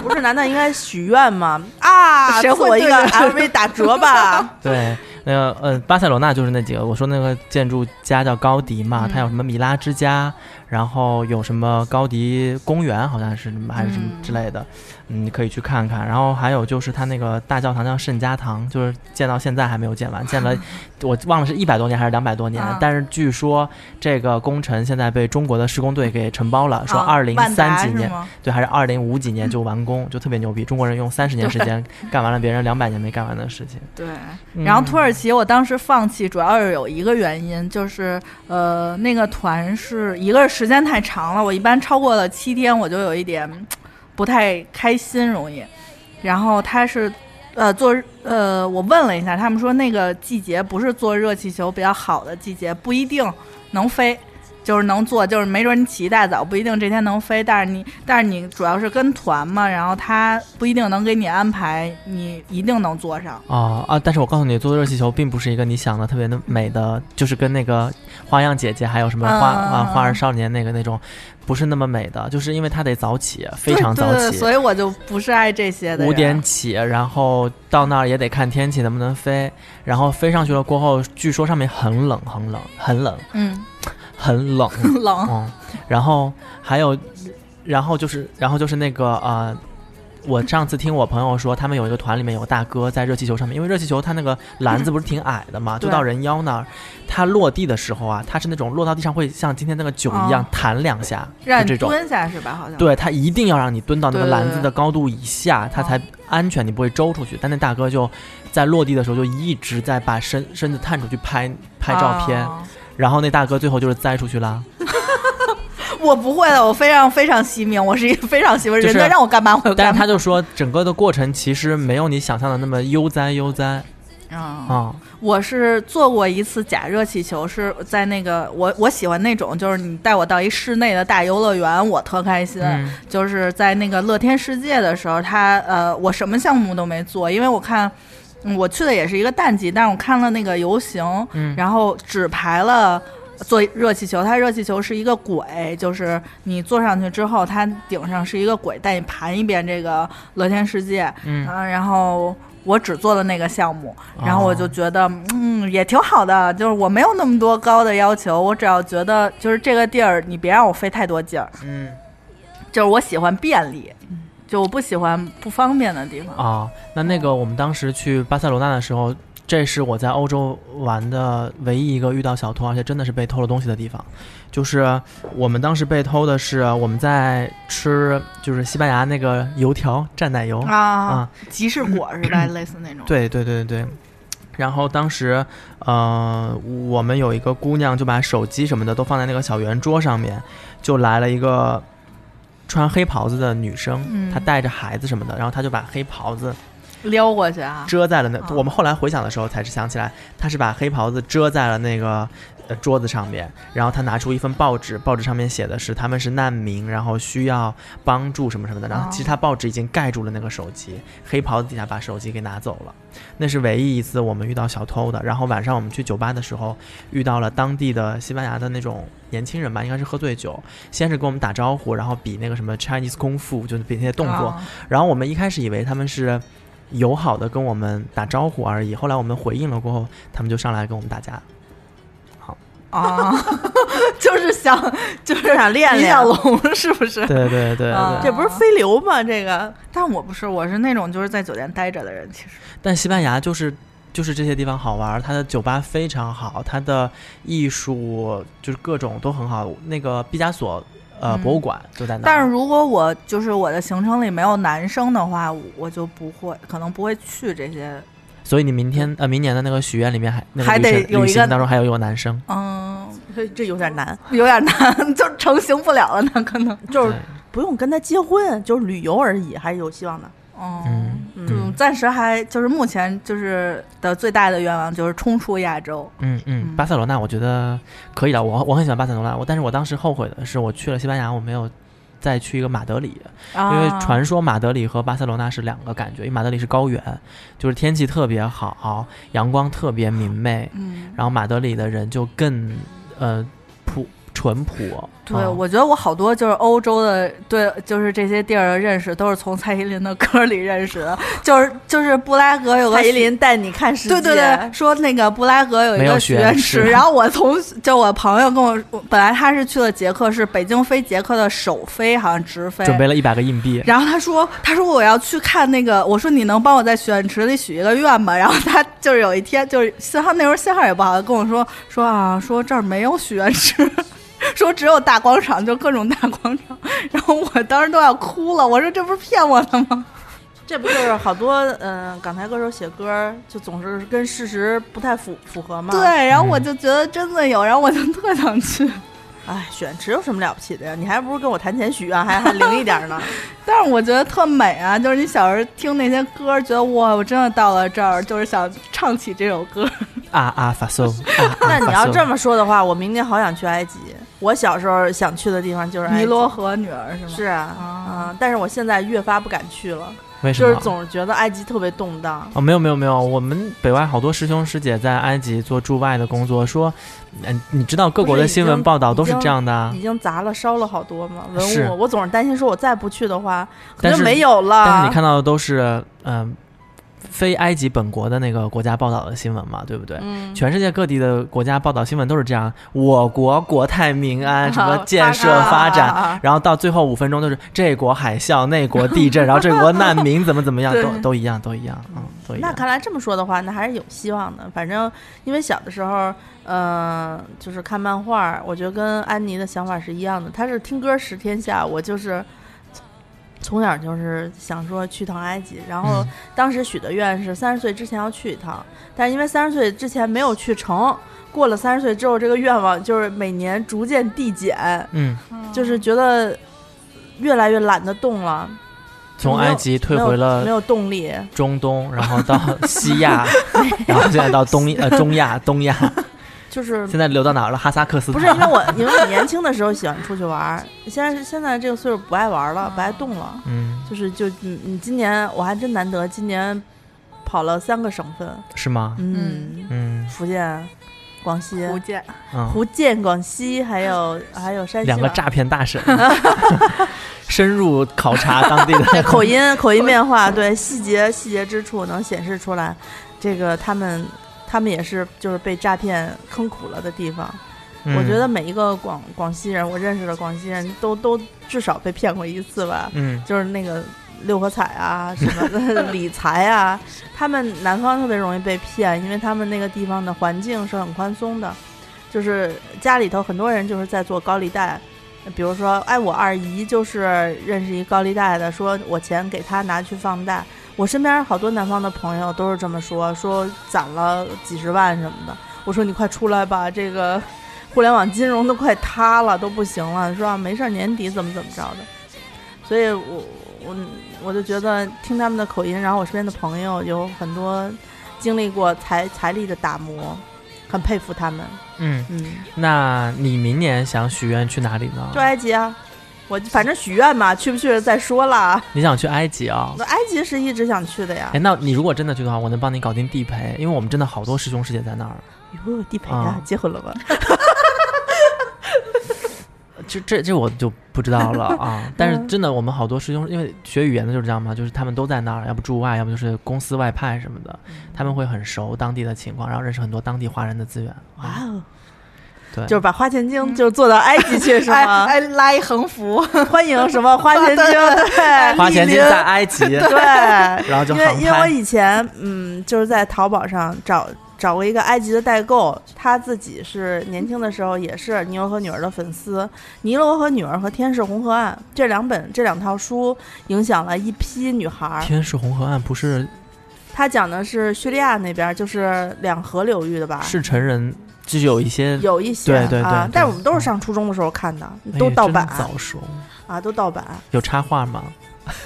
Speaker 2: 不是，难道应该许愿
Speaker 3: <laughs>
Speaker 2: 吗？啊，
Speaker 3: 谁会
Speaker 2: 做一
Speaker 3: 对
Speaker 2: 个
Speaker 3: 着
Speaker 2: LV 打折
Speaker 3: <laughs>
Speaker 2: 吧？
Speaker 4: <laughs> 对，那个呃，巴塞罗那就是那几个，我说那个建筑家叫高迪嘛，
Speaker 3: 嗯
Speaker 4: 他有什么米拉之家，然后有什么高迪公园，好像是什么还是什么
Speaker 3: 嗯
Speaker 4: 之类的，嗯，你可以去看看。然后还有就是他那个大教堂叫圣家堂，就是建到现在还没有建完，建
Speaker 3: <laughs>
Speaker 4: 了我忘了是一百多年还是两百多年
Speaker 3: 啊，
Speaker 4: 但是据说这个工程现在被中国的施工队给承包了，说
Speaker 3: 啊
Speaker 4: 二零
Speaker 3: 万
Speaker 4: 三
Speaker 3: 达
Speaker 4: 几
Speaker 3: 是
Speaker 4: 年，
Speaker 3: 吗嗯
Speaker 4: 对，还是二零五几年就完工，就特别牛逼。中国人用三十年时间干完了别人两百年没干完的事情。
Speaker 3: 对。然后土耳
Speaker 4: 其，
Speaker 3: 其，我当时放弃主要是有一个原因，就是呃，那个团是一个是时间太长了，我一般超过了七天我就有一点嗯不太开心，容易。然后他是呃做呃，我问了一下，他们说那个季节不是做热气球比较好的季节，不一定能飞。就是能做，就是没准你起一大早不一定这天能飞，但是你但是你主要是跟团嘛，然后他不一定能给你安排，你一定能坐上。
Speaker 4: 哦啊！但是我告诉你，坐热气球并不是一个你想的特别的美的，就是跟那个花样姐姐还有什么花
Speaker 3: 嗯嗯嗯
Speaker 4: 啊花儿少年那个那种，不是那么美的，就是因为它得早起，非常早
Speaker 3: 对对对
Speaker 4: 起
Speaker 3: 所，以我就不是爱这些的人。
Speaker 4: 五点起，然后到那儿也得看天气能不能飞，然后飞上去了过后，据说上面很冷，很冷，很冷，
Speaker 3: 嗯，
Speaker 4: 很冷，
Speaker 3: 冷，
Speaker 4: 嗯，然后还有，然后就是，然后就是那个呃，我上次听我朋友说，他们有一个团里面有个大哥在热气球上面，因为热气球它那个篮子不是挺矮的嘛，就
Speaker 3: 对
Speaker 4: 到人腰那儿，它落地的时候啊，它是那种落到地上会像今天那个酒一样
Speaker 3: 哦
Speaker 4: 弹两下，
Speaker 3: 让
Speaker 4: 就这
Speaker 3: 你
Speaker 4: 种。
Speaker 3: 蹲下是吧？好像。
Speaker 4: 对，它一定要让你蹲到那个
Speaker 3: 对对
Speaker 4: 篮子
Speaker 3: 对
Speaker 4: 的高度以下，它才
Speaker 3: 哦
Speaker 4: 安全，你不会周出去。但那大哥就在落地的时候就一直在把身身子探出去拍拍照片，
Speaker 3: 哦
Speaker 4: 然后那大哥最后就是栽出去啦。
Speaker 3: 我不会的，我非常非常惜命，我是一个非常惜命，
Speaker 4: 就是
Speaker 3: 人家让我干嘛我就
Speaker 4: 但
Speaker 3: 干
Speaker 4: 是
Speaker 3: 嘛。
Speaker 4: 他就说，整个的过程其实没有你想象的那么悠哉悠哉
Speaker 3: 嗯
Speaker 4: 啊、
Speaker 3: 我是坐过一次假热气球，是在那个我我喜欢那种，就是你带我到一室内的大游乐园，我特开心。
Speaker 4: 嗯
Speaker 3: 就是在那个乐天世界的时候，他呃，我什么项目都没做，因为我看。嗯我去的也是一个淡季，但是我看了那个游行，
Speaker 4: 嗯
Speaker 3: 然后只排了坐热气球。它热气球是一个轨，就是你坐上去之后，它顶上是一个轨，带你盘一遍这个乐天世界。
Speaker 4: 嗯
Speaker 3: 啊然后我只做了那个项目，然后我就
Speaker 4: 哦
Speaker 3: 觉得，嗯，也挺好的。就是我没有那么多高的要求，我只要觉得就是这个地儿，你别让我费太多劲儿。
Speaker 4: 嗯
Speaker 3: 就是我喜欢便利，就我不喜欢不方便的地方。
Speaker 4: 啊，那那个我们当时去巴塞罗那的时候，这是我在欧洲玩的唯一一个遇到小偷，而且真的是被偷了东西的地方。就是我们当时被偷的是我们在吃，就是西班牙那个油条蘸奶油
Speaker 3: 啊，集市果是吧？类似那种。
Speaker 4: 嗯对对对对对。然后当时，呃，我们有一个姑娘就把手机什么的都放在那个小圆桌上面，就来了一个穿黑袍子的女生，
Speaker 3: 嗯
Speaker 4: 她带着孩子什么的，然后她就把黑袍子
Speaker 3: 撩过去啊。
Speaker 4: 遮在了那。
Speaker 3: 啊
Speaker 4: 我们后来回想的时候才是想起来，她是把黑袍子遮在了那个呃桌子上面，然后她拿出一份报纸，报纸上面写的是他们是难民，然后需要帮助什么什么的。然后
Speaker 3: 哦
Speaker 4: 其实她报纸已经盖住了那个手机，黑袍子底下把手机给拿走了。那是唯一一次我们遇到小偷的。然后晚上我们去酒吧的时候，遇到了当地的西班牙的那种年轻人吧，应该是喝醉酒，先是跟我们打招呼，然后比那个什么 Chinese 功夫，就是比那些动作。
Speaker 3: 啊
Speaker 4: 然后我们一开始以为他们是友好的跟我们打招呼而已，后来我们回应了过后，他们就上来跟我们打架。
Speaker 3: 啊， <laughs> 就是想就是
Speaker 2: 想练
Speaker 3: 李
Speaker 2: 练
Speaker 3: 小龙是不是？
Speaker 4: 啊对对对对
Speaker 3: 啊
Speaker 2: 这不是飞流吗？这个
Speaker 3: 但我不是，我是那种就是在酒店待着的人，其实
Speaker 4: 但西班牙就是就是这些地方好玩，它的酒吧非常好，它的艺术就是各种都很好。那个毕加索呃、
Speaker 3: 嗯
Speaker 4: 博物馆就在那儿，
Speaker 3: 但是如果我就是我的行程里没有男生的话，我就不会，可能不会去这些。
Speaker 4: 所以你明天呃明年的那个许愿里面还那个
Speaker 3: 还
Speaker 4: 旅
Speaker 3: 得
Speaker 4: 程
Speaker 3: 有
Speaker 4: 旅
Speaker 3: 一
Speaker 4: 行
Speaker 3: 个
Speaker 4: 当中还有一个男生，
Speaker 3: 嗯，
Speaker 2: 这这有点难，
Speaker 3: 有点难，就成型不了了呢，可能。
Speaker 2: 就是
Speaker 4: 对
Speaker 2: 不用跟他结婚，就是旅游而已，还是有希望的。
Speaker 3: 嗯
Speaker 4: 嗯，
Speaker 3: 就
Speaker 4: 嗯
Speaker 3: 暂时还就是目前就是的最大的愿望就是冲出亚洲。
Speaker 4: 嗯嗯，
Speaker 3: 嗯
Speaker 4: 巴塞罗那我觉得可以的，我我很喜欢巴塞罗那，我但是我当时后悔的是我去了西班牙，我没有再去一个马德里。
Speaker 2: 啊
Speaker 3: 啊
Speaker 4: 因为传说马德里和巴塞罗那是两个感觉，因为马德里是高原，就是天气特别好，阳光特别明媚，
Speaker 3: 嗯，
Speaker 4: 然后马德里的人就更呃朴淳朴。
Speaker 3: 对，
Speaker 4: 啊
Speaker 3: 我觉得我好多就是欧洲的，对，就是这些地儿的认识都是从蔡依林的歌里认识的，就是就是布拉格有个
Speaker 2: 蔡依林带你看世界，
Speaker 3: 对对对，说那个布拉格有
Speaker 4: 没
Speaker 3: 一
Speaker 4: 有
Speaker 3: 个
Speaker 4: 许
Speaker 3: 许
Speaker 4: 愿
Speaker 3: 愿
Speaker 4: 池
Speaker 3: 池，然后我从就我朋友跟我说，本来他是去了捷克，是北京飞捷克的首飞，好像直飞，
Speaker 4: 准备了一百个硬币，
Speaker 3: 然后他说：“他说我要去看那个，我说你能帮我在许愿池里许一个愿吗？”然后他就是有一天，就是信号那时候信号也不好，跟我说说啊，说这儿没有许愿池， <laughs> 说只有大广场，就各种大广场。然后我当时都要哭了，我说这不是骗我的吗？
Speaker 2: 这不就是好多嗯、港台歌手写歌儿就总是跟事实不太符符合吗？
Speaker 3: 对，，然
Speaker 4: 嗯
Speaker 3: 后我就觉得真的有，然后我就特想去，
Speaker 2: 哎，许愿池有什么了不起的呀？你还不如跟我谈钱许愿、还还灵一点
Speaker 3: <laughs>
Speaker 2: 儿呢。
Speaker 3: 但是我觉得特美啊，就是你小时候听那些歌，觉得哇，我真的到了这儿，就是想唱起这首歌。
Speaker 4: 啊啊发送。啊啊
Speaker 2: <laughs> 那你要
Speaker 4: 发送
Speaker 2: 这么说的话，我明年好想去埃及。我小时候想去的地方就是埃
Speaker 3: 尼
Speaker 2: 及
Speaker 3: 罗河女儿是吗？
Speaker 2: 是啊，
Speaker 3: 啊
Speaker 2: 嗯，但是我现在越发不敢去了，
Speaker 4: 为什
Speaker 2: 就
Speaker 4: 么？
Speaker 2: 是总是觉得埃及特别动荡。
Speaker 4: 哦，没有没有没有，我们北外好多师兄师姐在埃及做驻外的工作，说，嗯、你知道各国的新闻报道都是这样的啊
Speaker 2: 已，经砸了烧了好多嘛
Speaker 4: 是
Speaker 2: 文物，我总是担心说，我再不去的话，可
Speaker 4: 但
Speaker 2: 能就
Speaker 4: 是
Speaker 2: 没有了。
Speaker 4: 但是你看到的都是嗯、非埃及本国的那个国家报道的新闻嘛，对不对？
Speaker 2: 嗯，
Speaker 4: 全世界各地的国家报道新闻都是这样，我国国泰民安，什
Speaker 2: <laughs>
Speaker 4: 么
Speaker 2: 啊
Speaker 4: 建设
Speaker 2: 发
Speaker 4: 发
Speaker 2: 达啊
Speaker 4: 展，然后到最后五分钟都是这国海啸，那国地震，然后这国难民怎么怎
Speaker 2: <laughs>
Speaker 4: 么样，
Speaker 3: 对
Speaker 4: 都都一样，都一样，嗯，都一
Speaker 2: 那
Speaker 4: 样。
Speaker 2: 看来这么说的话，那还是有希望的。反正因为小的时候，嗯、就是看漫画，我觉得跟安妮的想法是一样的。她是听歌识天下，我就是从从小就是想说去趟埃及，然后
Speaker 4: 嗯
Speaker 2: 当时许的愿是三十岁之前要去一趟，但是因为三十岁之前没有去成。过了三十岁之后，这个愿望就是每年逐渐递减，
Speaker 4: 嗯，
Speaker 2: 就是觉得越来越懒得动了，
Speaker 4: 从
Speaker 2: 没有
Speaker 4: 埃及退
Speaker 2: 没有
Speaker 4: 回了
Speaker 2: 没有动力。
Speaker 4: 中东，然后到
Speaker 2: <laughs>
Speaker 4: 西亚，然后现在到东呃中亚，东亚
Speaker 2: 就是
Speaker 4: 现在流到哪儿了？哈萨克斯
Speaker 2: 不
Speaker 4: 坦。
Speaker 2: 是因为我，因为我年轻的时候喜欢出去玩儿，现在是现在这个岁数不爱玩儿了，不爱动了。
Speaker 4: 嗯，
Speaker 2: 就是就你你今年我还真难得，今年跑了三个省份，
Speaker 4: 是吗？
Speaker 2: 嗯，
Speaker 4: 嗯
Speaker 2: 福建、广西、
Speaker 3: 福建，
Speaker 4: 嗯，
Speaker 2: 福建、广西，还有还有山西吧，
Speaker 4: 两个诈
Speaker 2: <laughs>
Speaker 4: 骗大神深入考察当
Speaker 2: <laughs>
Speaker 4: 地的
Speaker 2: 口音口音变化，对细节细节之处能显示出来，这个他们他们也是就是被诈骗坑苦了的地方。
Speaker 4: <laughs> 嗯，
Speaker 2: 我觉得每一个广广西人，我认识的广西人都都至少被骗过一次吧。
Speaker 4: 嗯
Speaker 2: 就是那个六合彩啊，什么的理财啊，他们南方特别容易被骗，因为他们那个地方的环境是很宽松的，就是家里头很多人就是在做高利贷。比如说，哎，我二姨就是认识一高利贷的，说我钱给他拿去放贷。我身边好多南方的朋友都是这么说，说攒了几十万什么的。我说你快出来吧，这个互联网金融都快塌了，都不行了。说、啊、没事儿，年底怎么怎么着的。所以我我我就觉得听他们的口音，然后我身边的朋友有很多经历过财财力的打磨，很佩服他们。
Speaker 4: 嗯，
Speaker 2: 嗯，
Speaker 4: 那你明年想许愿去哪里呢？
Speaker 2: 就埃及啊，我反正许愿嘛，去不去再说啦。
Speaker 4: 你想去埃及啊、
Speaker 2: 那埃及是一直想去的呀
Speaker 4: 哎，。那你如果真的去的话，我能帮你搞定地陪，因为我们真的好多师兄师姐在那儿。
Speaker 2: 哟，地陪啊
Speaker 4: 啊，
Speaker 2: 结婚了吧？
Speaker 4: 这这这我就不知道了
Speaker 2: <laughs>
Speaker 4: 啊！但
Speaker 2: 嗯
Speaker 4: 是真的，我们好多师兄，因为学语言的就是这样嘛，就是他们都在那儿，要不驻外，要不就是公司外派什么的，
Speaker 2: 嗯
Speaker 4: 他们会很熟当地的情况，然后认识很多当地华人的资源。
Speaker 2: 哇
Speaker 4: 啊，
Speaker 2: 哦！<laughs>
Speaker 4: 对，
Speaker 2: 就是把花千精就做到埃及去是
Speaker 3: 哎
Speaker 2: 吗？
Speaker 3: 哎，拉一横幅，
Speaker 2: 哎欢迎什么花千精？对
Speaker 4: 花
Speaker 2: <laughs>
Speaker 4: 钱金
Speaker 2: 莅临
Speaker 4: 在埃及，
Speaker 2: 对，
Speaker 4: 然后就
Speaker 2: 因为
Speaker 4: 航
Speaker 2: 因为我
Speaker 4: 拍。
Speaker 2: 以前嗯，就是在淘宝上找找过一个埃及的代购，他自己是年轻的时候也是尼罗河女儿的粉丝，《尼罗河女儿》和《天使红河岸》这两本这两套书影响了一批女孩儿。
Speaker 4: 天是红河岸，不是
Speaker 2: 他讲的是叙利亚那边儿，就是两河流域的吧？
Speaker 4: 是成人，就是有一些
Speaker 2: 啊有一些
Speaker 4: 对对对
Speaker 2: 啊
Speaker 4: 对，
Speaker 2: 但是我们都是上初中的时候看的，
Speaker 4: 哎
Speaker 2: 都盗
Speaker 4: 真
Speaker 2: 版
Speaker 4: 早熟，
Speaker 2: 啊，都盗版
Speaker 4: 有插画吗？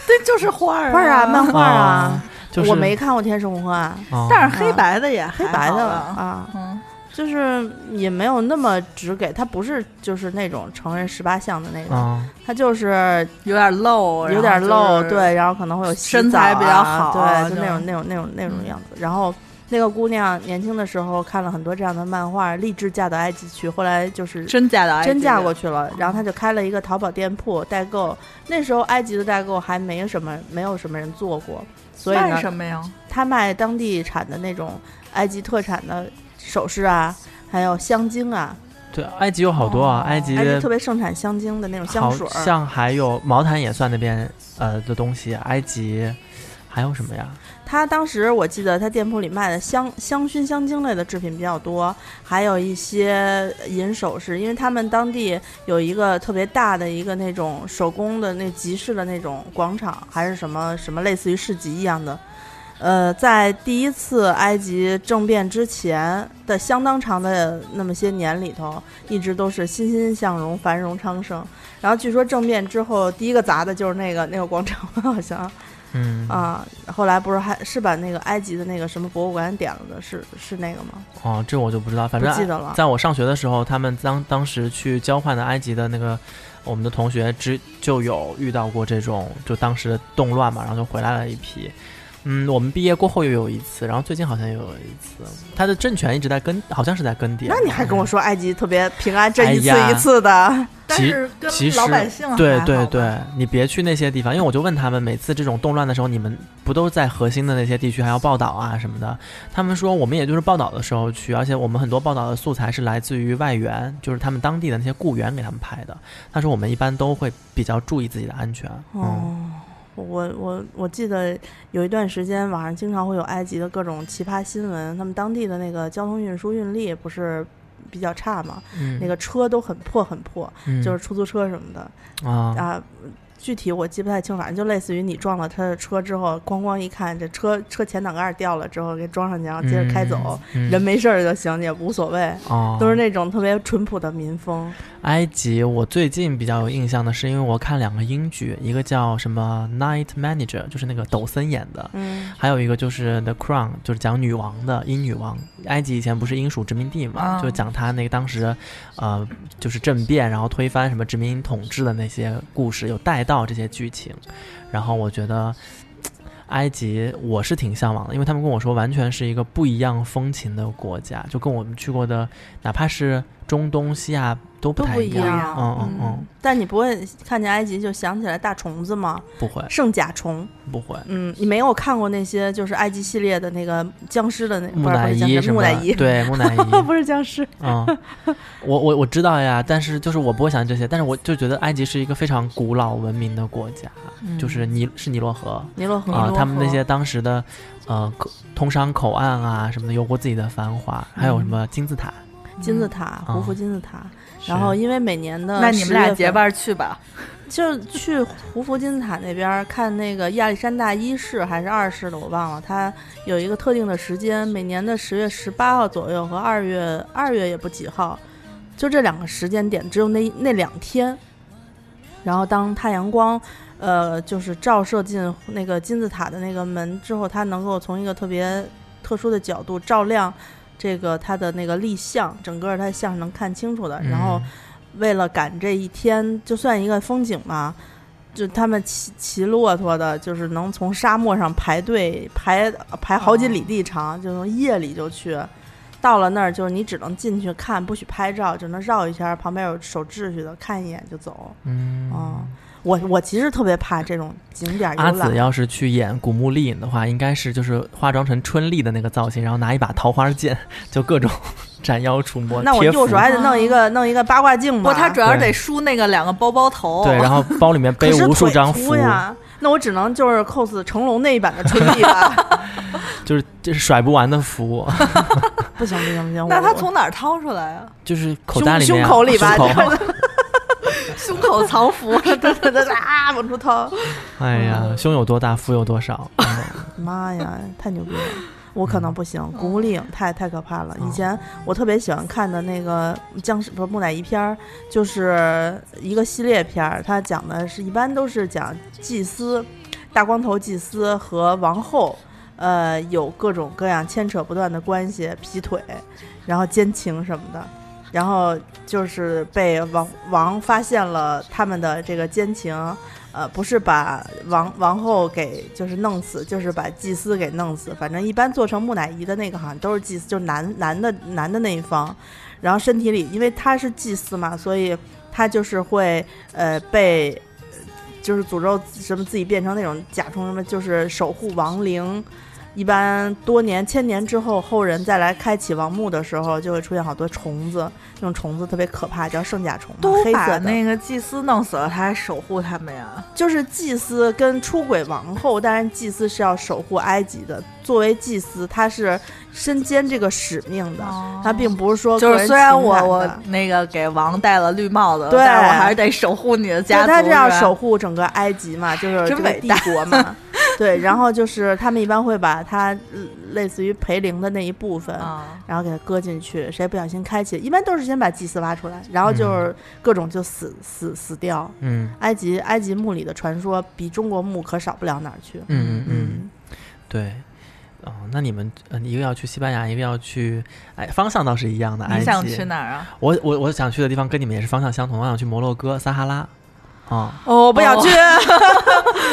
Speaker 3: 对，就是画儿
Speaker 2: 画儿啊，漫 <laughs> 画儿啊
Speaker 4: 啊。就是
Speaker 2: 我没，看过《天使红河岸》，
Speaker 4: 哦
Speaker 3: 但是黑白的也
Speaker 2: 啊黑
Speaker 3: 黑
Speaker 2: 白的
Speaker 3: 了。
Speaker 2: 啊。
Speaker 3: 嗯，
Speaker 2: 就是也没有那么只给它不是就是那种成人十八项的那种，
Speaker 4: 啊，
Speaker 2: 它就是
Speaker 3: 有点露，
Speaker 2: 有点露，
Speaker 3: 然后就是，
Speaker 2: 对，然后可能会有洗
Speaker 3: 身
Speaker 2: 澡啊
Speaker 3: 材比较好
Speaker 2: 对，就
Speaker 3: 就
Speaker 2: 那种那种那种那种
Speaker 3: 嗯
Speaker 2: 样子。然后那个姑娘年轻的时候看了很多这样的漫画，立志嫁到埃及去，后来就是
Speaker 3: 真嫁到
Speaker 2: 真嫁过
Speaker 3: 过
Speaker 2: 去了，然后她就开了一个淘宝店铺代购。那时候埃及的代购还没什么没有什么人做过，所以呢
Speaker 3: 卖，什么呀？
Speaker 2: 他卖当地产的那种埃及特产的首饰啊，还有香精啊，
Speaker 4: 对，埃及有好多啊，
Speaker 3: 哦
Speaker 4: 埃及
Speaker 2: 埃及特别盛产香精的那种香
Speaker 4: 好
Speaker 2: 水儿，
Speaker 4: 像还有毛毯也算那边呃的东西，埃及还有什么呀？嗯
Speaker 2: 他当时我记得他店铺里卖的香香薰、香精类的制品比较多，还有一些银首饰，因为他们当地有一个特别大的一个那种手工的那集市的那种广场，还是什么什么类似于市集一样的。呃，在第一次埃及政变之前的相当长的那么些年里头，一直都是欣欣向荣、 <laughs> 繁荣昌盛。然后据说政变之后，第一个砸的就是那个那个广场，好像
Speaker 4: 嗯
Speaker 2: 啊、后来不是还是把那个埃及的那个什么博物馆点了的，是是那个吗？
Speaker 4: 哦，这我就不知道，反
Speaker 2: 不
Speaker 4: 正
Speaker 2: 记得了。
Speaker 4: 在我上学的时候，他们当当时去交换的埃及的那个我们的同学之就有遇到过这种，就当时的动乱嘛，然后就回来了一批。嗯，我们毕业过后又有一次，然后最近好像又有一次，他的政权一直在更，好像是在更迭。嗯
Speaker 2: 那你还跟我说
Speaker 4: 说？
Speaker 2: 埃及特别平安，这一次
Speaker 4: 哎呀
Speaker 2: 一次的，
Speaker 3: 但
Speaker 4: 其
Speaker 3: 是跟
Speaker 4: 其实
Speaker 3: 老百
Speaker 2: 嗯
Speaker 3: 姓
Speaker 4: 对
Speaker 3: 还好
Speaker 4: 对
Speaker 3: 吧
Speaker 4: 对，你别去那些地方，因为我就问他们，每次这种动乱的时候，你们不都在核心的那些地区还要报道啊什么的？他们说我们也就是报道的时候去，而且我们很多报道的素材是来自于外援，就是他们当地的那些雇员给他们拍的。他说我们一般都会比较注意自己的安全。嗯，
Speaker 2: 哦，我我我记得有一段时间，网上经常会有埃及的各种奇葩新闻，他们当地的那个交通运输运力不是比较差嘛，
Speaker 4: 嗯
Speaker 2: 那个车都很破很破，
Speaker 4: 嗯
Speaker 2: 就是出租车什么的
Speaker 4: 啊，
Speaker 2: 啊。具体我记不太清，反正就类似于你撞了他的车之后，咣咣一看，这车车前挡盖掉了之后给装上去，然后啊接着开走，
Speaker 4: 嗯
Speaker 2: 人没事儿就行，也无所谓，
Speaker 4: 哦，
Speaker 2: 都是那种特别淳朴的民风。
Speaker 4: 埃及，我最近比较有印象的是，因为我看两个英剧，一个叫什么《Night Manager》，就是那个抖森演的，
Speaker 2: 嗯，
Speaker 4: 还有一个就是《The Crown》，就是讲女王的英女王。埃及以前不是英属殖民地嘛，
Speaker 3: 啊
Speaker 4: 就讲她那个当时，呃，就是政变，然后推翻什么殖民统治的那些故事，有带到这些剧情。然后我觉得。嘖埃及我是挺向往的，因为他们跟我说完全是一个不一样风情的国家，就跟我们去过的，哪怕是中东、西亚都不
Speaker 3: 都
Speaker 4: 太
Speaker 3: 不
Speaker 4: 一
Speaker 3: 一
Speaker 4: 样。
Speaker 3: 样
Speaker 4: 嗯嗯嗯，
Speaker 2: 但你不会看见埃及就想起来大虫子吗？
Speaker 4: 不会
Speaker 2: 圣甲虫，
Speaker 4: 不会。
Speaker 2: 嗯，你没有看过那些就是埃及系列的那个僵尸的那
Speaker 4: 木
Speaker 2: 不是不
Speaker 4: 乃
Speaker 2: 是僵
Speaker 4: 伊
Speaker 2: 尸
Speaker 4: 什么
Speaker 2: 木
Speaker 4: 的
Speaker 2: 乃伊，
Speaker 4: 对木
Speaker 2: <laughs>
Speaker 4: 乃伊，
Speaker 2: 不是僵尸，
Speaker 4: 嗯，我我我知道呀，但是就是我不会想这些，但是我就觉得埃及是一个非常古老文明的国家，就是尼是尼罗河啊、
Speaker 2: 嗯尼罗河
Speaker 3: 尼罗
Speaker 4: 他们那
Speaker 3: 河
Speaker 4: 些当时的呃口通商口岸啊什么的，有过自己的繁华，还
Speaker 2: 嗯
Speaker 4: 有什么金字塔。
Speaker 2: 金字塔，
Speaker 4: 嗯
Speaker 2: 胡夫金字塔。然后，因为每年的
Speaker 3: 嗯那你们
Speaker 2: 10
Speaker 3: 俩
Speaker 2: 月
Speaker 3: 结
Speaker 2: 份，
Speaker 3: 伴去吧。
Speaker 2: 就是去胡夫金字塔那边儿看那个亚历山大一世还是二世的，我忘了。它有一个特定的时间，每年的十月十八号左右和二月二月也不几号，就这两个时间点，只有那那两天。然后当太阳光，呃，就是照射进那个金字塔的那个门之后，它能够从一个特别特殊的角度照亮这个它的那个立像，整个它像是能看清楚的。然
Speaker 4: 嗯
Speaker 2: 后为了赶这一天，就算一个风景嘛，就他们骑骑骆驼的，就是能从沙漠上排队排排好几里地长，就从夜里就去。到了那儿，就是你只能进去看，不许拍照，只能绕一圈，旁边有守秩序的，看一眼就走。
Speaker 4: 嗯，
Speaker 2: 哦，我我其实特别怕这种景点
Speaker 4: 阿
Speaker 2: 游览
Speaker 4: 紫。要是去演古墓丽影的话，应该是就是化妆成春丽的那个造型，然后拿一把桃花剑，就各种 <laughs> 斩妖除魔。
Speaker 2: 那我
Speaker 4: 贴
Speaker 2: 右
Speaker 4: 符
Speaker 2: 手还得弄一个弄一个八卦镜吧。
Speaker 3: 不，他主要是
Speaker 4: 对
Speaker 3: 得梳那个两个包包头。
Speaker 4: 对，然后包里面
Speaker 2: 哦可
Speaker 4: 背
Speaker 2: 是
Speaker 4: 无数
Speaker 2: 腿
Speaker 4: 张
Speaker 2: 粗
Speaker 4: 符，
Speaker 2: 呀。那我只能就是 cos 成龙那一版的春丽
Speaker 4: <laughs>
Speaker 2: 了。
Speaker 4: 就是就是甩不完的符。
Speaker 2: 不行不行不行，
Speaker 3: 那
Speaker 2: 我
Speaker 3: 他从哪儿掏出来啊？
Speaker 4: 就是口
Speaker 2: 胸
Speaker 4: 袋里面
Speaker 2: 胸
Speaker 4: 啊
Speaker 2: 口里吧，
Speaker 4: 胸口
Speaker 3: 胸口藏符，
Speaker 2: <laughs> 对对对啊往出掏。
Speaker 4: 哎呀，
Speaker 2: 嗯
Speaker 4: 胸有多大，腹有多
Speaker 2: <laughs>
Speaker 4: 少。嗯
Speaker 2: 妈呀，太牛逼了！我可能不行，《古墓丽影》太太可怕了。以前我特别喜欢看的那个僵尸不是木乃伊片儿，就是一个系列片儿，它讲的是一般都是讲祭司、大光头祭司和王后，呃，有各种各样牵扯不断的关系，劈腿，然后奸情什么的。然后就是被王王发现了他们的这个奸情，呃，不是把王王后给就是弄死，就是把祭司给弄死。反正一般做成木乃伊的那个好像都是祭司，就是男男的男的那一方，然后身体里因为他是祭司嘛，所以他就是会呃被呃就是诅咒什么自己变成那种甲虫什么，就是守护亡灵。一般多年千年之后，后人再来开启王墓的时候，就会出现好多虫子，那种虫子特别可怕，叫圣甲虫嘛，
Speaker 3: 都
Speaker 2: 黑色
Speaker 3: 把
Speaker 2: 的。
Speaker 3: 那个祭司弄死了，他还守护他们呀？
Speaker 2: 就是祭司跟出轨王后，当然祭司是要守护埃及的。作为祭司，他是身兼这个使命的，
Speaker 3: 哦
Speaker 2: 他并不是说
Speaker 3: 就是虽然我
Speaker 2: 个
Speaker 3: 我
Speaker 2: 哦人情感的
Speaker 3: 那个给王戴了绿帽子，
Speaker 2: 对
Speaker 3: 但是我还是得守护你的
Speaker 2: 就
Speaker 3: 家族。
Speaker 2: 他这样
Speaker 3: 是吧
Speaker 2: 守护整个埃及嘛，就是
Speaker 3: 真
Speaker 2: 这个
Speaker 3: 伟
Speaker 2: 帝
Speaker 3: 大
Speaker 2: 国嘛。对，然后就是他们一般会把它嗯类似于培灵的那一部分，
Speaker 3: 啊，
Speaker 2: 然后给它搁进去，谁不小心开启，一般都是先把祭司挖出来，然后
Speaker 3: 嗯
Speaker 2: 就是各种就死、死死掉。
Speaker 4: 嗯
Speaker 2: 埃及埃及墓里的传说比中国墓可少不了哪儿去。
Speaker 4: 嗯嗯嗯，对。哦，那你们嗯、一个要去西班牙，一个要去，哎，方向倒是一样的。
Speaker 3: 你
Speaker 4: 埃及
Speaker 3: 想去哪儿啊？
Speaker 4: 我我我想去的地方跟你们也是方向相同，我想去摩洛哥撒哈拉。哦，
Speaker 2: 哦，我不想
Speaker 3: 哦
Speaker 2: 去， <laughs>